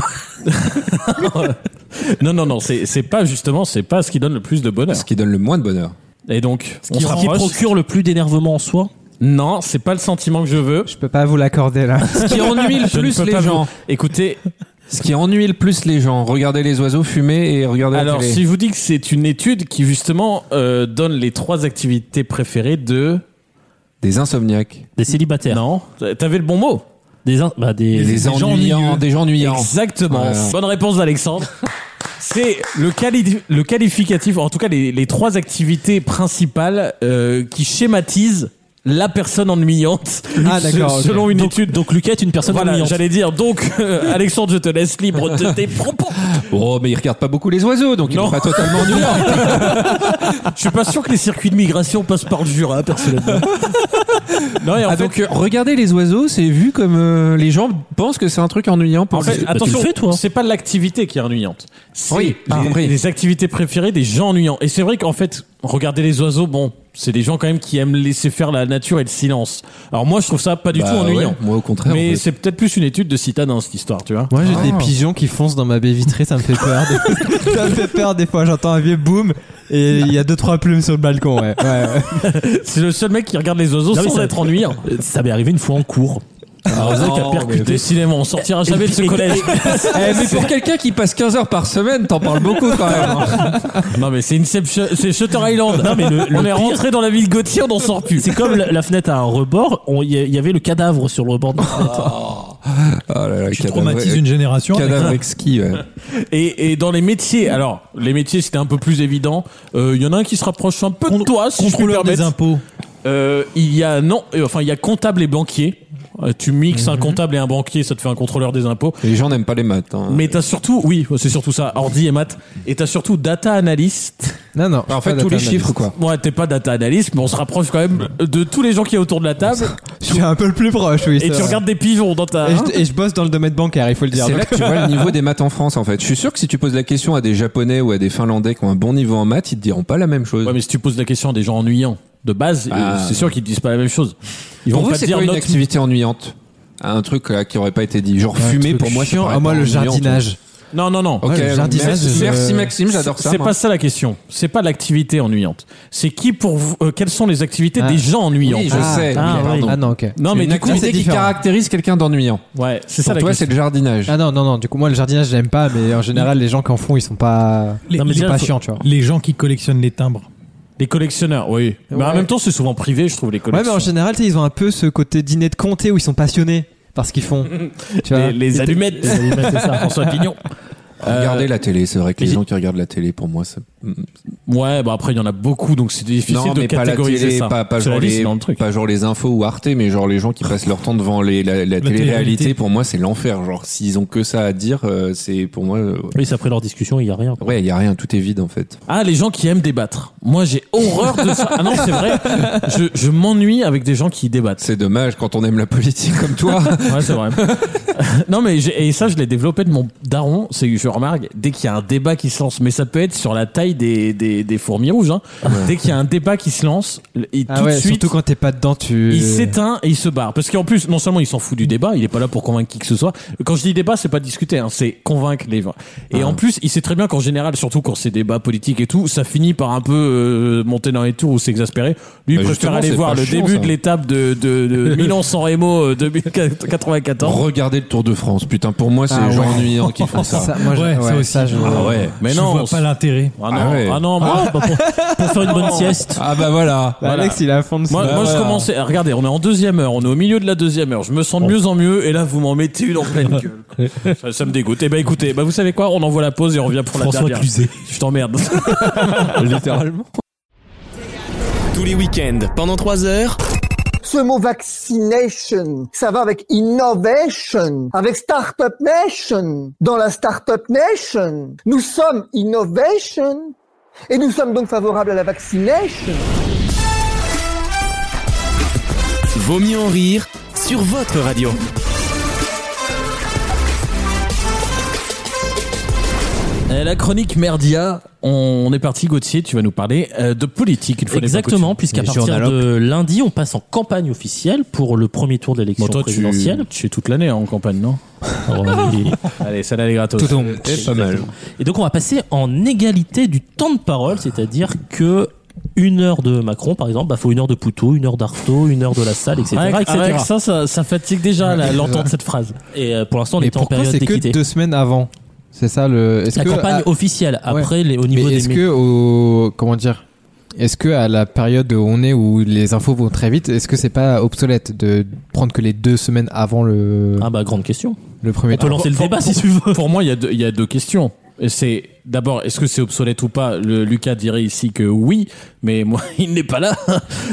Speaker 2: Non, non, non, c'est c'est pas justement, c'est pas ce qui donne le plus de bonheur.
Speaker 6: Ce qui donne le moins de bonheur.
Speaker 2: Et donc, on
Speaker 4: Qui,
Speaker 2: se
Speaker 4: qui
Speaker 2: rapproche.
Speaker 4: procure le plus d'énervement en soi
Speaker 2: Non, c'est pas le sentiment que je veux.
Speaker 3: Je peux pas vous l'accorder là.
Speaker 6: Ce qui ennuie le
Speaker 2: Je ne
Speaker 6: plus
Speaker 2: peux pas
Speaker 6: les
Speaker 2: vous-
Speaker 6: gens.
Speaker 2: Écoutez,
Speaker 6: Ce qui ennuie le plus les gens. Regardez les oiseaux fumer et regardez
Speaker 2: alors
Speaker 6: la télé.
Speaker 2: si je vous dis que c'est une étude qui justement euh, donne les trois activités préférées de
Speaker 6: Des insomniaques.
Speaker 2: Mm.
Speaker 4: Des célibataires.
Speaker 2: non, t'avais le bon mot.
Speaker 4: Des, in- bah, des,
Speaker 6: Des, ennuyants. Des gens ennuyants.
Speaker 2: Exactement.
Speaker 6: Voilà.
Speaker 2: Bonne réponse d'Alexandre. C'est le, quali- le qualificatif, en tout cas les, les trois activités principales euh, qui schématisent la personne ennuyante
Speaker 3: Ah,
Speaker 2: se-
Speaker 3: d'accord, ok.
Speaker 2: selon une
Speaker 4: Donc-
Speaker 2: étude.
Speaker 4: Donc Lucas est une personne
Speaker 2: Voilà,
Speaker 4: ennuyante.
Speaker 2: j'allais dire. Donc, euh, Alexandre, je te laisse libre de tes propos.
Speaker 6: Oh, mais ils regardent pas beaucoup les oiseaux, donc ils
Speaker 2: Non.
Speaker 6: sont pas totalement ennuyants.
Speaker 2: Je suis pas sûr que les circuits de migration passent par le Jura, personnellement. Non, et en
Speaker 3: Ah,
Speaker 2: fait-
Speaker 3: donc euh, regarder les oiseaux, c'est vu comme euh, les gens pensent que c'est un truc ennuyant pour
Speaker 2: En
Speaker 4: Bah,
Speaker 2: fait, attention,
Speaker 4: hein.
Speaker 2: c'est pas l'activité qui est ennuyante. C'est
Speaker 3: Oui, j'ai
Speaker 2: les,
Speaker 3: compris.
Speaker 2: les activités préférées des gens ennuyants. Et c'est vrai qu'en fait, regarder les oiseaux, bon, c'est des gens quand même qui aiment laisser faire la nature et le silence. Alors moi, je trouve ça pas du
Speaker 6: Bah
Speaker 2: tout ennuyant.
Speaker 6: ouais, moi, au contraire, en
Speaker 2: Mais
Speaker 6: fait.
Speaker 2: c'est peut-être plus une étude de citadin cette histoire, tu vois.
Speaker 3: Moi, j'ai des pigeons qui foncent dans ma baie vitrée, ça me fait peur. des- Oh. ça me fait peur des fois. J'entends un vieux boom et il y a deux trois plumes sur le balcon. Ouais. ouais,
Speaker 2: c'est le seul mec qui regarde les oiseaux
Speaker 4: Non, mais
Speaker 2: sans
Speaker 4: Ah ça- Ah,
Speaker 2: être hein. ennuyant. Oh,
Speaker 4: Ça m'est arrivé une fois en cours. Un oiseau qui a percuté.
Speaker 2: Décidément, on sortira jamais de Ah, ce
Speaker 4: Et- et-
Speaker 2: collège.
Speaker 6: Eh, mais pour quelqu'un qui passe 15 heures par semaine, t'en parles beaucoup quand même. hein.
Speaker 2: non, mais c'est Inception, c'est Shutter Island.
Speaker 4: Non, mais le- le
Speaker 2: on est
Speaker 4: pire-
Speaker 2: rentré dans la ville Gauthier, on n'en sort plus.
Speaker 4: C'est comme la, la fenêtre à un rebord, on- il y, a- il y avait le cadavre sur le rebord de la fenêtre.
Speaker 6: Oh là là,
Speaker 5: Tu
Speaker 6: cadavre-
Speaker 5: traumatises une génération.
Speaker 6: Euh, Cadavre exquis, ouais.
Speaker 2: Et, et dans les métiers, alors les métiers c'était un peu plus évident. Euh, Il y en a un qui se rapproche un peu de toi, si je puis me
Speaker 5: Contrôleur des
Speaker 2: permettre.
Speaker 5: impôts.
Speaker 2: Euh, Il y a non, euh, enfin il y a comptable et banquier. Euh, tu mixes un comptable et un banquier, ça te fait un contrôleur des impôts.
Speaker 6: Les gens n'aiment pas les maths. hein.
Speaker 2: Mais t'as surtout, oui, c'est surtout ça, ordi et maths. Et t'as surtout data analyst.
Speaker 3: Non non.
Speaker 6: en fait,
Speaker 3: pas
Speaker 6: tous les
Speaker 3: Ah, data
Speaker 6: chiffres,
Speaker 3: analyst.
Speaker 6: quoi.
Speaker 2: Ouais, t'es pas data analyst, mais on se rapproche quand même de tous les gens qui est autour de la table.
Speaker 3: Je suis un peu le plus proche, oui.
Speaker 2: Et
Speaker 3: ça
Speaker 2: tu
Speaker 3: va.
Speaker 2: regardes des pigeons dans ta. hein.
Speaker 3: Et je, et je bosse dans le domaine bancaire, il faut le dire. Hein.
Speaker 6: C'est là
Speaker 3: Donc-
Speaker 6: que tu vois le niveau des maths en France, en fait. Je suis sûr que si tu poses la question à des Japonais ou à des Finlandais qui ont un bon niveau en maths, ils te diront pas la même chose.
Speaker 2: Ouais, mais si tu poses la question à des gens ennuyants de base, euh,
Speaker 6: Ah.
Speaker 2: c'est sûr qu'ils te disent pas la même chose. Ils
Speaker 6: pour
Speaker 2: vont
Speaker 6: vous,
Speaker 2: pas te
Speaker 6: c'est
Speaker 2: dire
Speaker 6: quoi une
Speaker 2: notre
Speaker 6: activité ennuyante Un truc là, qui aurait pas été dit. Genre
Speaker 3: Un
Speaker 6: fumer,
Speaker 3: truc
Speaker 6: pour moi,
Speaker 3: chiant.
Speaker 6: c'est
Speaker 3: Ah, moi, le jardinage.
Speaker 2: Non, non, non.
Speaker 6: Ok,
Speaker 3: Ouais, le jardinage,
Speaker 6: merci,
Speaker 3: euh,
Speaker 6: merci, Maxime, j'adore ça.
Speaker 2: C'est
Speaker 6: moi.
Speaker 2: pas ça la question. C'est pas l'activité ennuyante. C'est qui pour vous, euh, quelles sont les activités
Speaker 3: Ah.
Speaker 2: des gens ennuyants
Speaker 6: Oui, je sais.
Speaker 3: Ah,
Speaker 6: oui,
Speaker 3: oui.
Speaker 6: pardon.
Speaker 3: Ah, non, ok.
Speaker 2: Non, mais
Speaker 6: une
Speaker 2: du coup,
Speaker 3: c'est
Speaker 6: activité qui
Speaker 3: différent.
Speaker 6: caractérise quelqu'un d'ennuyant.
Speaker 2: ouais, c'est ça
Speaker 6: Pour
Speaker 2: la
Speaker 6: toi,
Speaker 2: question.
Speaker 6: c'est
Speaker 2: Euh,
Speaker 6: le jardinage.
Speaker 3: Ah non, non, non, du coup, moi le jardinage, j'aime pas, mais en général, les gens qui en font, ils sont pas.
Speaker 5: Les-
Speaker 3: ils
Speaker 5: mais
Speaker 3: sont
Speaker 5: déjà,
Speaker 3: pas
Speaker 5: faut-
Speaker 3: chiants, tu vois.
Speaker 5: Les gens qui collectionnent les timbres.
Speaker 2: Les collectionneurs, oui. Mais en
Speaker 3: Ouais.
Speaker 2: même temps, c'est souvent privé, je trouve, les
Speaker 3: Ouais, mais
Speaker 2: collections.
Speaker 3: en général, tu sais, ils ont un peu ce côté dîner de comté où ils sont passionnés par ce qu'ils font. tu vois.
Speaker 2: les, les allumettes. Les allumettes, c'est ça. François Pignon.
Speaker 6: Regarder la télé, c'est vrai que les
Speaker 2: mais-
Speaker 6: gens qui regardent la télé, pour moi, ça.
Speaker 2: Ouais, bah après, il y en a beaucoup, donc c'est difficile
Speaker 6: non,
Speaker 2: de
Speaker 6: mais pas la
Speaker 2: catégoriser
Speaker 6: télé,
Speaker 2: ça.
Speaker 6: pas, pas
Speaker 2: Cela
Speaker 6: genre
Speaker 2: dit, c'est
Speaker 6: les,
Speaker 2: dans le truc.
Speaker 6: pas genre les infos ou Arte, mais genre les gens qui passent leur temps devant les, la, la télé-réalité.
Speaker 5: télé-réalité.
Speaker 6: Pour moi, c'est l'enfer. Genre, s'ils ont que ça à dire, euh, c'est pour moi. euh,
Speaker 4: Oui, c'est après leur discussion, il y a rien. quoi.
Speaker 6: Ouais, il y a rien, tout est vide en fait.
Speaker 2: Ah, les gens qui aiment débattre. Moi, j'ai horreur de ça. Ah non, c'est vrai. Je, je m'ennuie avec des gens qui débattent.
Speaker 6: C'est dommage quand on aime la politique comme toi.
Speaker 2: Ouais, c'est vrai. non, mais j'ai- et ça, je l'ai développé de mon daron. C'est que je remarque dès qu'il y a un débat qui se lance, mais ça peut être sur la taille des, des, des fourmis rouges. hein. Dès qu'il y a un débat qui se lance, et
Speaker 3: Ah
Speaker 2: tout
Speaker 3: ouais,
Speaker 2: de suite,
Speaker 3: surtout quand t'es pas dedans, tu.
Speaker 2: il s'éteint et il se barre. Parce qu'en plus, non seulement il s'en fout du débat, il est pas là pour convaincre qui que ce soit. Quand je dis débat, c'est pas discuter, hein, c'est convaincre les gens. Et en plus, il sait très bien qu'en général, surtout quand c'est débat politique et tout, ça finit par un peu euh, monter dans les tours ou s'exaspérer. Lui, il
Speaker 6: Bah
Speaker 2: préfère
Speaker 6: justement,
Speaker 2: aller
Speaker 6: c'est
Speaker 2: voir
Speaker 6: pas
Speaker 2: le
Speaker 6: chiant,
Speaker 2: début
Speaker 6: ça.
Speaker 2: de l'étape de, de, de Milan-San Remo euh, 2094.
Speaker 6: Regardez le Tour de France. Putain, pour moi, c'est
Speaker 3: Ah
Speaker 6: les gens
Speaker 3: ouais.
Speaker 6: ennuyants qui font ça.
Speaker 3: Ça, moi, je-
Speaker 5: Ouais, ça aussi.
Speaker 3: ça, je-
Speaker 6: Ah ouais.
Speaker 2: Mais
Speaker 5: je
Speaker 2: non,
Speaker 5: vois
Speaker 2: on
Speaker 5: pas
Speaker 2: s-
Speaker 5: l'intérêt.
Speaker 2: Ah non,
Speaker 6: Ah ouais.
Speaker 2: ah non, moi,
Speaker 4: Bah, pour, pour faire une bonne sieste.
Speaker 6: Ah bah voilà.
Speaker 3: Bah, Alex, il a à fond de
Speaker 2: Moi,
Speaker 3: ça.
Speaker 2: moi, je commençais. ah, Regardez, on est en deuxième heure, on est au milieu de la deuxième heure. Je me sens de mieux en mieux, et là, vous m'en mettez une en pleine gueule. Ça, ça me dégoûte. Eh ben, écoutez, bah, vous savez quoi On envoie la pause et on revient pour la
Speaker 4: François
Speaker 2: dernière.
Speaker 4: Cluzet.
Speaker 2: Je t'emmerde.
Speaker 6: Littéralement.
Speaker 1: Tous les week-ends, pendant 3 heures,
Speaker 8: Ce mot vaccination, ça va avec innovation, avec startup nation. Dans la startup nation, nous sommes innovation et nous sommes donc favorables à la vaccination.
Speaker 1: Vaut mieux en rire sur votre radio.
Speaker 2: Euh, la chronique Merdia, on est parti, Gauthier, tu vas nous parler euh, de politique. Une fois n'est pas
Speaker 4: Exactement,
Speaker 2: coutume.
Speaker 4: puisqu'à
Speaker 2: Et sur
Speaker 4: partir
Speaker 2: Nalope.
Speaker 4: de lundi, on passe en campagne officielle pour le premier tour de l'élection
Speaker 2: Bon, toi, tu,
Speaker 4: présidentielle.
Speaker 2: tu es toute l'année hein, en campagne, non
Speaker 4: Alors, on est-
Speaker 2: Allez, celle-là, elle est gratos.
Speaker 6: C'est pas mal.
Speaker 4: Et donc on va passer en égalité du temps de parole, c'est-à-dire que une heure de Macron, par exemple, bah faut une heure de Poutou, une heure d'Artaud, une heure de la salle, etc.
Speaker 2: Avec,
Speaker 4: etc.
Speaker 2: avec ça, ça, ça fatigue déjà, là, l'entendre cette phrase.
Speaker 4: Et euh, pour l'instant, on
Speaker 3: Mais
Speaker 4: est en
Speaker 3: pourquoi
Speaker 4: période
Speaker 3: c'est que
Speaker 4: d'équité.
Speaker 3: deux semaines avant C'est ça le. Est-ce
Speaker 4: La
Speaker 3: que,
Speaker 4: campagne
Speaker 2: ah,
Speaker 3: à-
Speaker 4: officielle. Après, les, au niveau
Speaker 3: Mais
Speaker 4: des
Speaker 3: est-ce que au comment dire Est-ce que à la période où on est où les infos vont très vite, est-ce que c'est pas obsolète de prendre que les deux semaines avant le
Speaker 4: Ah bah grande question.
Speaker 3: le premier
Speaker 4: On peut
Speaker 3: tour
Speaker 4: lancer le
Speaker 2: pour-
Speaker 4: débat si tu veux.
Speaker 2: Pour moi, il y a deux, il y a deux questions. Et C'est d'abord, est-ce que c'est obsolète ou pas Le, Lucas dirait ici que oui, mais moi, il n'est pas là.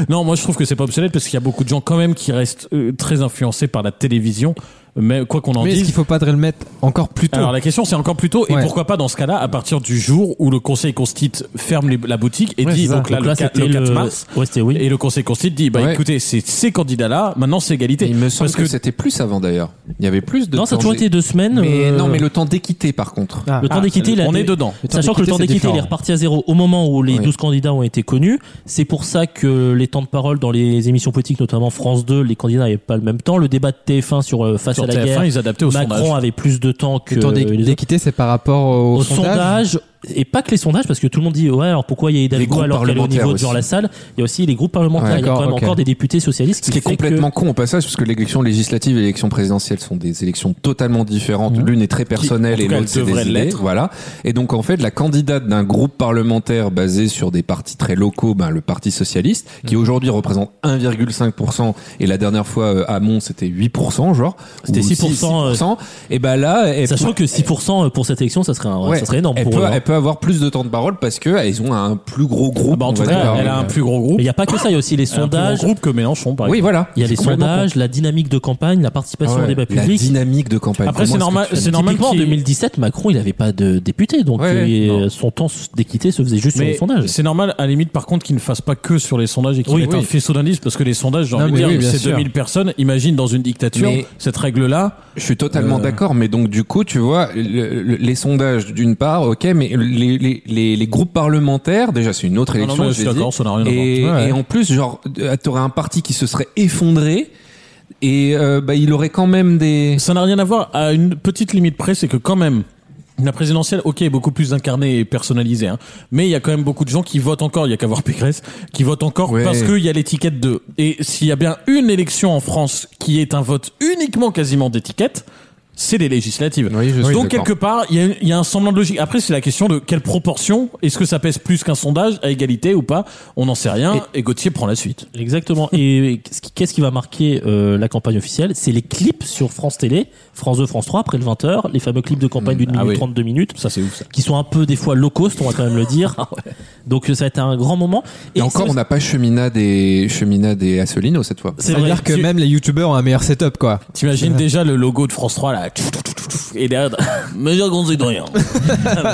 Speaker 2: non, moi, je trouve que c'est pas obsolète parce qu'il y a beaucoup de gens quand même qui restent euh, très influencés par la télévision. mais quoi qu'on en
Speaker 3: Mais est-ce
Speaker 2: dise.
Speaker 3: qu'il faut pas le mettre encore plus tôt
Speaker 2: Alors la question c'est encore plus tôt et
Speaker 3: Ouais.
Speaker 2: pourquoi pas dans ce cas-là à partir du jour où le conseil constite ferme les- la boutique et
Speaker 4: Ouais,
Speaker 2: dit
Speaker 4: c'est ça.
Speaker 2: donc là,
Speaker 4: Donc
Speaker 2: le,
Speaker 4: là,
Speaker 2: qua-
Speaker 4: c'était
Speaker 2: le 4
Speaker 4: le-
Speaker 2: mars
Speaker 4: ouais, c'était oui.
Speaker 2: et le conseil constite dit bah
Speaker 6: Ouais.
Speaker 2: écoutez c'est ces candidats là maintenant c'est égalité
Speaker 6: Il me semble
Speaker 2: parce
Speaker 6: que,
Speaker 2: que
Speaker 6: c'était plus avant d'ailleurs. Il y avait plus de
Speaker 4: Non, ça a
Speaker 6: temps
Speaker 4: toujours
Speaker 6: d'é-
Speaker 4: été deux semaines,
Speaker 6: Mais
Speaker 4: euh,
Speaker 6: non, mais le temps d'équité par contre.
Speaker 4: Le temps d'équité, il a
Speaker 2: on
Speaker 4: dé-
Speaker 2: est dedans.
Speaker 6: Le temps
Speaker 4: Sachant que le temps
Speaker 6: d'équité, c'est
Speaker 4: d'équité, il est
Speaker 6: différent.
Speaker 4: reparti à zéro au moment où les
Speaker 6: Oui.
Speaker 4: 12 candidats ont été connus. C'est pour ça que les temps de parole dans les émissions politiques, notamment France 2, les candidats n'avaient pas le même temps. Le débat de TF1 sur euh, Face
Speaker 2: Sur
Speaker 4: à la
Speaker 2: TF1,
Speaker 4: guerre,
Speaker 2: ils adaptaient au
Speaker 4: Macron
Speaker 2: sondage.
Speaker 4: avait plus de temps que
Speaker 3: Le temps d'é-
Speaker 4: les autres.
Speaker 3: d'équité, c'est par rapport au,
Speaker 4: au sondage et pas que les sondages parce que tout le monde dit ouais alors pourquoi il y a
Speaker 6: Les
Speaker 4: Hidalgo
Speaker 6: groupes
Speaker 4: alors qu'elle est au
Speaker 6: parlementaires
Speaker 4: niveau de genre
Speaker 6: aussi.
Speaker 4: la salle il y a aussi les groupes parlementaires il
Speaker 3: Ouais,
Speaker 4: y a
Speaker 3: d'accord,
Speaker 4: quand même
Speaker 3: ok.
Speaker 4: encore des députés socialistes
Speaker 6: Ce qui est
Speaker 4: fait que-
Speaker 6: complètement con au passage, parce que l'élection législative et l'élection présidentielle sont des élections totalement différentes. L'une est très personnelle
Speaker 2: Qui, en
Speaker 6: et
Speaker 2: tout cas,
Speaker 6: l'autre c'est
Speaker 2: devrait
Speaker 6: des idées.
Speaker 2: l'être.
Speaker 6: Voilà. Et donc en fait, la candidate d'un groupe parlementaire basé sur des partis très locaux, ben le Parti socialiste, qui aujourd'hui représente 1,5 et la dernière fois euh, à Mons c'était 8 genre.
Speaker 4: C'était
Speaker 6: ou
Speaker 4: 6%,
Speaker 6: Et ben là, elle
Speaker 4: sachant que
Speaker 6: peut-
Speaker 4: 6% pour cette élection ça serait un-
Speaker 6: ouais,
Speaker 4: ça serait énorme
Speaker 6: elle
Speaker 4: pour
Speaker 6: peut,
Speaker 4: eux, hein.
Speaker 6: elle peut avoir plus de temps de parole parce que euh, ils ont un plus gros groupe.
Speaker 2: bah, en
Speaker 6: on
Speaker 2: tout
Speaker 6: va
Speaker 2: cas
Speaker 6: dire.
Speaker 2: elle a un plus gros groupe
Speaker 4: mais il n'y a pas que ça il y a aussi les
Speaker 2: elle a un plus
Speaker 4: sondages
Speaker 2: gros groupe que Mélenchon par
Speaker 6: Oui,
Speaker 2: exemple
Speaker 6: voilà.
Speaker 4: il y a les
Speaker 6: C'est complètement con.
Speaker 4: sondages la dynamique de campagne la participation
Speaker 6: Ouais,
Speaker 4: au débat
Speaker 6: La
Speaker 4: public Ah,
Speaker 6: dynamique de campagne.
Speaker 2: Après,
Speaker 6: Comment
Speaker 2: c'est
Speaker 6: est-ce que
Speaker 2: normal-
Speaker 6: tu fais
Speaker 2: c'est normal
Speaker 4: Typiquement, en
Speaker 2: qu'il-
Speaker 4: 2017 Macron il n'avait pas de député donc
Speaker 6: Ouais,
Speaker 4: euh, il-
Speaker 6: non.
Speaker 4: son temps d'équité se faisait juste sur les sondages
Speaker 2: C'est normal, à la limite, par contre, qu'ils ne fassent pas que sur les sondages et qu'ils
Speaker 4: Oui,
Speaker 2: mettent
Speaker 4: oui.
Speaker 2: un faisceau d'indices, parce que les sondages, j'ai
Speaker 3: Non,
Speaker 2: envie de
Speaker 3: mais
Speaker 2: dire,
Speaker 3: oui, bien
Speaker 2: c'est
Speaker 3: sûr.
Speaker 2: 2000 personnes. Imagine dans une dictature,
Speaker 6: Mais-
Speaker 2: cette règle-là.
Speaker 6: Je suis totalement
Speaker 2: Euh.
Speaker 6: d'accord, mais donc du coup, tu vois, le- le- les sondages d'une part, ok, mais les, les, les, les groupes parlementaires, déjà c'est une autre
Speaker 2: Non, non,
Speaker 6: élection,
Speaker 2: mais je
Speaker 6: je
Speaker 2: suis
Speaker 6: l'ai dit.
Speaker 2: d'accord, ça n'a rien à
Speaker 6: et,
Speaker 2: voir. Ouais.
Speaker 6: et en plus, genre, euh, t'aurais un parti qui se serait effondré, et euh, bah, il aurait quand même des...
Speaker 2: Ça n'a rien à voir. À une petite limite près, c'est que quand même, la présidentielle, ok, est beaucoup plus incarnée et personnalisée, hein. mais il y a quand même beaucoup de gens qui votent encore. Il y a qu'à voir Pécresse, qui votent encore
Speaker 6: Ouais.
Speaker 2: parce qu'il y a l'étiquette de. Et s'il y a bien une élection en France qui est un vote uniquement quasiment d'étiquette, c'est les législatives.
Speaker 6: Oui, je suis
Speaker 2: Donc
Speaker 6: d'accord.
Speaker 2: quelque part, il y, a une- il y a un semblant de logique. Après, c'est la question de quelle proportion est-ce que ça pèse plus qu'un sondage à égalité ou pas On n'en sait rien. Et, Gauthier prend la suite.
Speaker 4: Exactement. Et qu'est-ce qui- qu'est-ce qui va marquer euh, la campagne officielle C'est les clips sur France Télé, France 2, France 3, après le 20h, les fameux clips de campagne d'une
Speaker 2: ah
Speaker 4: minute
Speaker 2: oui.
Speaker 4: 32 minutes,
Speaker 2: Ça, c'est ouf. Ça.
Speaker 4: qui sont un peu des fois low cost, on va quand même le dire. Donc euh, ça va être un grand moment.
Speaker 6: Et, encore, on n'a pas cheminade et, cheminade et Asselineau cette fois.
Speaker 4: c'est vrai
Speaker 3: C'est-à-dire que même les youtubeurs ont un meilleur setup, quoi.
Speaker 2: T'imagines déjà le logo de France 3 là tchouf, tchouf, tchouf, tchouf, et derrière mesure concitoyen.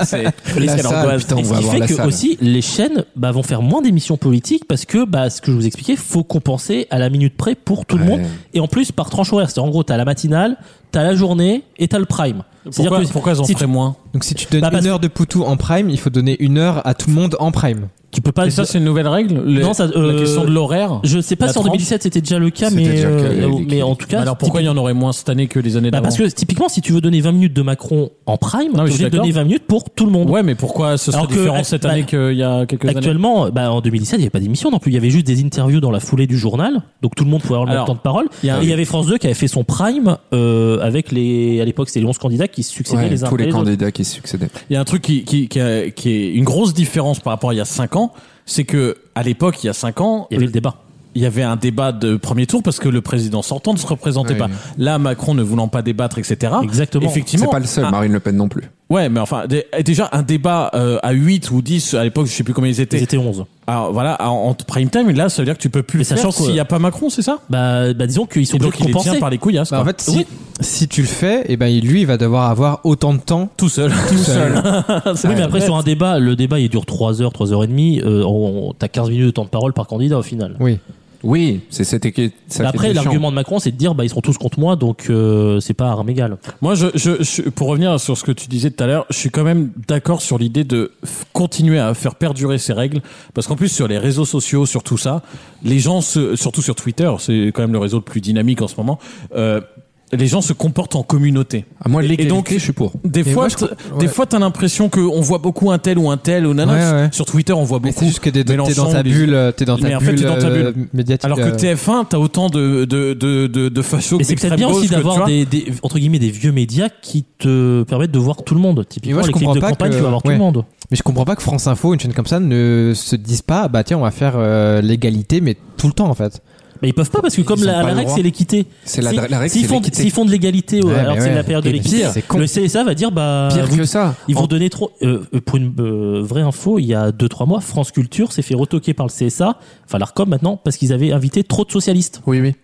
Speaker 2: C'est et
Speaker 6: La
Speaker 2: c'est
Speaker 6: salle,
Speaker 2: l'angoisse.
Speaker 6: putain, on
Speaker 4: Et ce
Speaker 6: va
Speaker 4: qui
Speaker 6: avoir
Speaker 4: fait
Speaker 6: la
Speaker 4: que
Speaker 6: salle.
Speaker 4: aussi les chaînes bah, vont faire moins d'émissions politiques parce que bah, ce que je vous expliquais, faut compenser à la minute près pour tout le
Speaker 6: Ouais.
Speaker 4: monde. Et en plus par tranche horaire, c'est en gros t'as la matinale, t'as la journée et t'as le prime.
Speaker 2: Pourquoi,
Speaker 4: C'est-à-dire que
Speaker 2: pourquoi ils en
Speaker 4: si
Speaker 2: feraient moins
Speaker 3: Donc si tu donnes
Speaker 4: Bah, parce
Speaker 3: une heure de Poutou en prime, il faut donner une heure à tout le monde en prime.
Speaker 4: tu peux pas
Speaker 2: Et ça, c'est une nouvelle règle Les-
Speaker 4: Non, ça, euh,
Speaker 2: La question de l'horaire
Speaker 4: Je sais pas
Speaker 2: La
Speaker 4: si en
Speaker 2: tranche
Speaker 4: 2017 c'était déjà le cas,
Speaker 6: C'était
Speaker 4: mais,
Speaker 6: déjà le cas,
Speaker 4: euh,
Speaker 6: oui,
Speaker 4: mais en tout cas.
Speaker 2: Alors pourquoi il y en aurait moins cette année que les années
Speaker 4: bah
Speaker 2: d'avant
Speaker 4: parce que typiquement, si tu veux donner 20 minutes de Macron en prime,
Speaker 2: Non, mais
Speaker 4: tu
Speaker 2: je suis
Speaker 4: obligé de donner 20 minutes pour tout le monde.
Speaker 2: Ouais, mais pourquoi ce serait
Speaker 4: Alors que-
Speaker 2: différent cette
Speaker 4: bah,
Speaker 2: année qu'il y a quelques années
Speaker 4: Actuellement, bah, en 2017, il n'y avait pas d'émission non plus. Il y avait juste des interviews dans la foulée du journal, donc tout le monde pouvait avoir le
Speaker 2: Alors,
Speaker 4: même temps de parole.
Speaker 2: il y a un-
Speaker 4: Et il y avait France 2 qui avait fait son prime euh, avec les. À l'époque, c'était les 11 candidats qui se succédaient
Speaker 6: Ouais,
Speaker 4: les uns
Speaker 6: tous
Speaker 4: après
Speaker 6: les
Speaker 4: les autres.
Speaker 6: candidats qui succédaient.
Speaker 2: Il y a un truc qui, qui, qui, a- qui est une grosse différence par rapport à il y a 5 ans, c'est que à l'époque, il y a 5 ans,
Speaker 4: Il y avait le débat.
Speaker 2: il y avait un débat de premier tour parce que le président sortant ne se représentait
Speaker 6: Oui.
Speaker 2: pas. Là, Macron ne voulant pas débattre, etc.
Speaker 4: Exactement.
Speaker 2: Effectivement,
Speaker 6: C'est pas le seul,
Speaker 2: un-
Speaker 6: Marine Le Pen non plus.
Speaker 2: Ouais, mais enfin, dé- déjà, un débat euh, à 8 ou 10, à l'époque, je sais plus combien ils étaient.
Speaker 4: Ils étaient 11.
Speaker 2: Alors, voilà, en, en prime time, là, ça veut dire que tu peux plus
Speaker 4: Mais
Speaker 2: le faire
Speaker 4: sachant que-
Speaker 2: s'il n'y a pas Macron, c'est ça
Speaker 4: Bah, bah, disons qu'ils
Speaker 2: Et
Speaker 4: sont obligés
Speaker 2: donc,
Speaker 4: de
Speaker 2: il les
Speaker 4: compenser.
Speaker 2: tient par les hein, couillasses,
Speaker 3: Bah, en
Speaker 2: quoi.
Speaker 3: fait, si,
Speaker 4: oui.
Speaker 3: si tu le fais, et ben lui, il va devoir avoir autant de temps.
Speaker 2: Tout seul.
Speaker 3: Tout seul.
Speaker 4: Oui, mais après, sur un débat, le débat il dure 3h, 3h30. Euh, on- T'as 15 minutes de temps de parole par candidat au final.
Speaker 3: Oui.
Speaker 6: Oui, c'est cette équipe.
Speaker 4: Mais
Speaker 6: ça fait
Speaker 4: Après,
Speaker 6: des champs.
Speaker 4: l'argument de Macron, c'est de dire bah, ils seront tous contre moi, donc euh, c'est pas à armes égales.
Speaker 2: Moi, je, je, je- pour revenir sur ce que tu disais tout à l'heure, je suis quand même d'accord sur l'idée de f- continuer à faire perdurer ces règles, parce qu'en plus sur les réseaux sociaux, sur tout ça, les gens, se, surtout sur Twitter, c'est quand même le réseau le plus dynamique en ce moment. euh, les gens se comportent en communauté.
Speaker 6: Ah, moi, l'égalité,
Speaker 2: donc-
Speaker 6: je suis pour.
Speaker 2: Des
Speaker 3: Mais
Speaker 2: fois,
Speaker 3: moi, je
Speaker 2: t-
Speaker 3: crois-
Speaker 2: des
Speaker 3: ouais.
Speaker 2: fois, t'as l'impression qu'on voit beaucoup un tel ou un tel ou nana.
Speaker 3: Ouais, ouais.
Speaker 2: Sur Twitter, on voit
Speaker 3: Mais
Speaker 2: beaucoup.
Speaker 3: c'est juste que t'es dans, t'es dans
Speaker 2: Mélenchon,
Speaker 3: ta
Speaker 2: les-
Speaker 3: bulle, euh, t'es dans ta
Speaker 2: Mais en fait,
Speaker 3: bulle,
Speaker 2: t'es dans ta
Speaker 3: euh,
Speaker 2: bulle.
Speaker 3: médiatique.
Speaker 2: Alors que
Speaker 3: euh,
Speaker 2: TF1, t'as autant de de de de, de fachos
Speaker 4: Mais
Speaker 2: que
Speaker 4: c'est peut-être
Speaker 2: d'extrême
Speaker 4: bien aussi
Speaker 2: gauche que, tu
Speaker 4: d'avoir
Speaker 2: vois.
Speaker 4: des, des- entre guillemets, des vieux médias qui te permettent de voir tout le monde. Typiquement,
Speaker 3: Et moi, je
Speaker 4: les clips
Speaker 3: comprends
Speaker 4: de
Speaker 3: pas
Speaker 4: campagne,
Speaker 3: que-
Speaker 4: tu vas voir tout
Speaker 3: ouais.
Speaker 4: le monde.
Speaker 3: Mais je comprends pas que France Info, une chaîne comme ça, ne se dise pas, bah tiens, on va faire euh, l'égalité, mais tout le temps en fait.
Speaker 4: Mais ils peuvent pas parce que comme
Speaker 6: ont
Speaker 4: la,
Speaker 6: pas
Speaker 4: la
Speaker 6: le
Speaker 4: règle,
Speaker 6: droit.
Speaker 4: c'est l'équité.
Speaker 6: C'est la-
Speaker 4: Si-
Speaker 6: la règle,
Speaker 4: S'ils
Speaker 6: c'est
Speaker 4: font,
Speaker 6: l'équité.
Speaker 4: s'ils font de l'égalité, euh,
Speaker 3: Ouais,
Speaker 4: alors
Speaker 3: mais
Speaker 4: que c'est
Speaker 3: ouais.
Speaker 4: la période de
Speaker 3: Et
Speaker 4: l'équité.
Speaker 3: pire, c'est con.
Speaker 4: Le CSA va dire bah
Speaker 6: Pire
Speaker 4: vous-
Speaker 6: que ça.
Speaker 4: ils vont
Speaker 6: En-
Speaker 4: donner trop. euh, euh, pour une euh, vraie info, il y a 2-3 mois, France Culture s'est fait retoquer par le CSA, enfin l'Arcom maintenant, parce qu'ils avaient invité trop de socialistes.
Speaker 6: Oui, oui.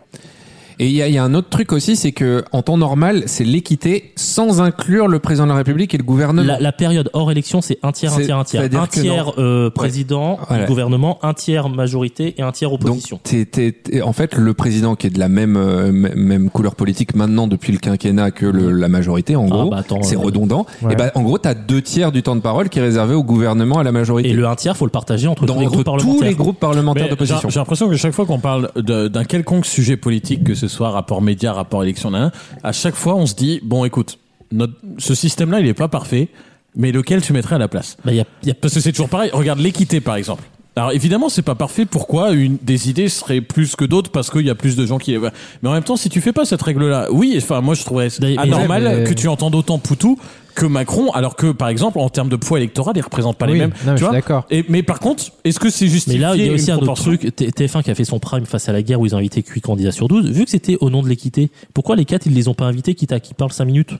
Speaker 6: Et il y a, il y a un autre truc aussi, c'est que en temps normal, c'est l'équité sans inclure le président de la République et le gouvernement.
Speaker 4: La, la période hors élection, c'est un tiers, un
Speaker 6: C'est-
Speaker 4: tiers, un tiers.
Speaker 6: c'est-à-dire
Speaker 4: Un
Speaker 6: que non.
Speaker 4: tiers euh, président,
Speaker 6: Voilà.
Speaker 4: du gouvernement, un tiers majorité et un tiers opposition.
Speaker 6: T'es- t'es- t'es- en fait, le président qui est de la même euh, m- même couleur politique maintenant depuis le quinquennat que le- la majorité, en gros,
Speaker 4: bah attends,
Speaker 6: c'est
Speaker 4: euh,
Speaker 6: redondant.
Speaker 4: ouais.
Speaker 6: Et bah, en gros, t'as deux tiers du temps de parole qui est réservé au gouvernement à la majorité.
Speaker 4: et le un tiers, faut le partager entre
Speaker 6: Dans-
Speaker 4: tous les
Speaker 6: entre
Speaker 4: groupes
Speaker 6: tous les
Speaker 4: parlementaires.
Speaker 6: groupes parlementaires
Speaker 2: Mais
Speaker 6: d'opposition.
Speaker 2: j'ai- J'ai l'impression que chaque fois qu'on parle de- d'un quelconque sujet politique, que ce soit rapport média, rapport élection, nan, nan, à chaque fois on se dit bon, écoute, notre- ce système-là, il est pas parfait, mais lequel tu mettrais à la place
Speaker 4: Bah, y a- y a-
Speaker 2: Parce que c'est toujours pareil. Regarde l'équité, par exemple. Alors évidemment, c'est pas parfait. Pourquoi une des idées serait plus que d'autres parce qu'il y a plus de gens qui. les voient. Mais en même temps, si tu fais pas cette règle-là, oui. Enfin, moi, je trouverais
Speaker 4: D'ailleurs,
Speaker 2: anormal
Speaker 3: mais-
Speaker 2: que tu entendes autant Poutou que Macron, alors que par exemple, en termes de poids électoral, ils représentent pas
Speaker 3: Oui,
Speaker 2: les mêmes.
Speaker 3: non, mais je
Speaker 2: tu
Speaker 3: suis
Speaker 2: vois
Speaker 3: d'accord.
Speaker 2: Et mais par contre, est-ce que c'est
Speaker 4: Mais
Speaker 2: justifié
Speaker 4: là, il y a
Speaker 2: une
Speaker 4: aussi un autre
Speaker 2: proportion
Speaker 4: truc. T- TF1 qui a fait son prime face à la guerre où ils ont invité 8 candidats sur 12. Vu que c'était au nom de l'équité, pourquoi les 4 ils les ont pas invités quitte à qu'ils parlent 5 minutes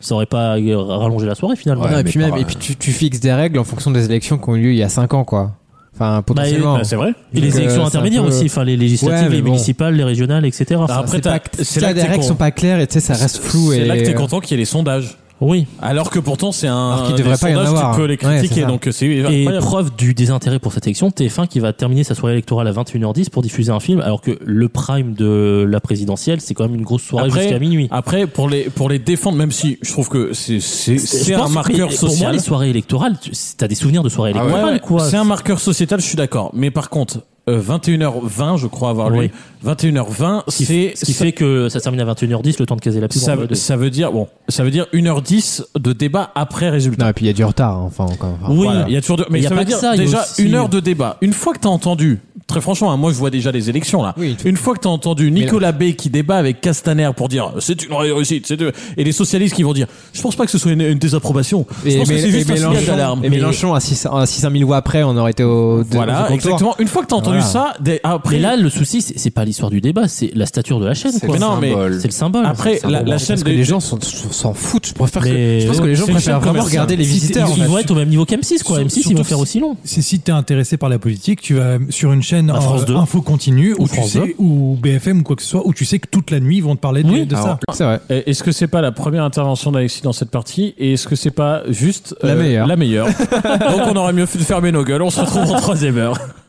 Speaker 4: Ça aurait pas euh, rallongé la soirée finalement.
Speaker 6: Ouais,
Speaker 3: Non,
Speaker 6: mais
Speaker 3: et puis
Speaker 6: pas-
Speaker 3: même, et
Speaker 2: euh,
Speaker 3: puis tu, tu fixes des règles en fonction des élections qui ont eu lieu il y a 5 ans, quoi. Enfin,
Speaker 4: Bah, et-
Speaker 3: potentiellement.
Speaker 4: bah, c'est vrai. Et
Speaker 3: Donc,
Speaker 4: les
Speaker 3: euh, c'est
Speaker 4: élections
Speaker 3: un
Speaker 4: intermédiaires
Speaker 3: peu-
Speaker 4: aussi, enfin les législatives,
Speaker 3: Ouais, mais
Speaker 4: les
Speaker 3: bon.
Speaker 4: municipales, les régionales, etc.
Speaker 3: Enfin,
Speaker 2: après,
Speaker 3: c'est
Speaker 2: t'as-
Speaker 3: pas-
Speaker 2: c'est
Speaker 3: si
Speaker 2: là
Speaker 3: t'as
Speaker 2: que
Speaker 3: des
Speaker 2: t'es
Speaker 3: règles qui
Speaker 2: con.
Speaker 3: sont pas claires et tu sais, ça reste flou.
Speaker 2: C'est
Speaker 3: et...
Speaker 2: là que
Speaker 4: euh,
Speaker 2: t'es content qu'il y ait les sondages.
Speaker 4: oui.
Speaker 2: Alors que pourtant, c'est un.
Speaker 3: Alors qu'il
Speaker 2: des
Speaker 3: devrait pas y en
Speaker 2: sondages,
Speaker 3: avoir.
Speaker 2: Tu peux les
Speaker 3: Ouais, c'est
Speaker 2: critiquer,
Speaker 3: ça.
Speaker 2: donc euh, c'est
Speaker 4: Et
Speaker 2: incroyable.
Speaker 4: preuve du désintérêt pour cette élection, TF1 qui va terminer sa soirée électorale à 21h10 pour diffuser un film, alors que le prime de la présidentielle, c'est quand même une grosse soirée
Speaker 2: Après-
Speaker 4: jusqu'à minuit.
Speaker 2: Après, pour les, pour les défendre, même si je trouve que c'est, c'est,
Speaker 4: Je
Speaker 2: c'est un
Speaker 4: pense que-
Speaker 2: marqueur
Speaker 4: mais Pour moi,
Speaker 2: social.
Speaker 4: les soirées électorales, tu- t'as des souvenirs de soirées
Speaker 6: Ah ouais.
Speaker 4: électorales,
Speaker 2: Ouais,
Speaker 4: quoi.
Speaker 2: c'est un marqueur sociétal, je suis d'accord. Mais par contre, euh, 21h20, je crois avoir lu.
Speaker 4: Oui.
Speaker 2: 21h20,
Speaker 4: qui-
Speaker 2: c'est,
Speaker 4: ce qui
Speaker 2: ça-
Speaker 4: fait que ça se termine à 21h10, le temps de caser la pub.
Speaker 2: ça,
Speaker 4: en mode-
Speaker 2: ça veut dire, bon, ça veut dire 1h10 de débat après résultat.
Speaker 3: Non, et puis il y a du retard, hein, enfin, encore. Enfin,
Speaker 2: Oui, il
Speaker 3: voilà.
Speaker 2: y a toujours. de-
Speaker 4: Mais
Speaker 2: Mais
Speaker 4: il y a
Speaker 2: ça
Speaker 4: pas
Speaker 2: veut
Speaker 4: que
Speaker 2: dire
Speaker 4: ça, il y a
Speaker 2: déjà
Speaker 4: aussi-
Speaker 2: une heure de débat. Une fois que t'as entendu, très franchement, hein, moi je vois déjà les élections là.
Speaker 3: Oui,
Speaker 2: une fois que t'as entendu Nicolas Bay qui débat avec Castaner pour dire euh, c'est une réussite, c'est une- et les socialistes qui vont dire je pense pas que ce soit une, une désapprobation. Je
Speaker 3: Et
Speaker 2: pense que
Speaker 3: Mél-
Speaker 2: c'est juste
Speaker 3: et
Speaker 2: un signal
Speaker 3: Mélenchon,
Speaker 2: d'alarme.
Speaker 3: et Mélenchon à 600 000 voix après, on aurait été au. de-
Speaker 2: Voilà,
Speaker 3: au comptoir.
Speaker 2: exactement. Une fois que t'as entendu
Speaker 3: Voilà.
Speaker 2: ça, des- ah, après
Speaker 4: Mais là, le souci, c'est c'est pas l'histoire du débat, c'est la stature de la chaîne,
Speaker 6: C'est
Speaker 4: quoi.
Speaker 2: mais non, mais-
Speaker 6: symbole.
Speaker 4: C'est le symbole.
Speaker 2: après
Speaker 4: C'est le
Speaker 2: la,
Speaker 4: symbole.
Speaker 2: la
Speaker 3: Parce
Speaker 2: chaîne
Speaker 3: que
Speaker 2: des-
Speaker 3: les gens sont- sont- s'en foutent. Je préfère que.
Speaker 4: Mais-
Speaker 3: Je pense que les gens
Speaker 2: C'est une
Speaker 3: préfèrent
Speaker 2: chaîne
Speaker 3: vraiment
Speaker 2: commerciale.
Speaker 3: regarder les
Speaker 5: Si-
Speaker 3: visiteurs. en
Speaker 4: Ils
Speaker 3: fait.
Speaker 4: vont être au même niveau qu'M6, quoi.
Speaker 5: Sur-
Speaker 4: M6, ils
Speaker 5: surtout
Speaker 4: vont faire
Speaker 5: si-
Speaker 4: aussi long.
Speaker 5: C'est si t'es intéressé par la politique, tu vas sur une chaîne
Speaker 4: Bah,
Speaker 5: en-
Speaker 4: France 2.
Speaker 5: info continue
Speaker 4: Ou
Speaker 5: ou tu
Speaker 4: France 2.
Speaker 5: sais ou BFM ou quoi que ce soit où tu sais que toute la nuit ils vont te parler de,
Speaker 4: Oui.
Speaker 5: de ça.
Speaker 6: Alors,
Speaker 3: C'est vrai.
Speaker 2: Et Est-ce que c'est pas la première intervention d'Alexis dans cette partie et est-ce que c'est pas juste
Speaker 3: La meilleure.
Speaker 2: la meilleure Donc on aurait mieux fait de fermer nos gueules. On se retrouve en troisième heure.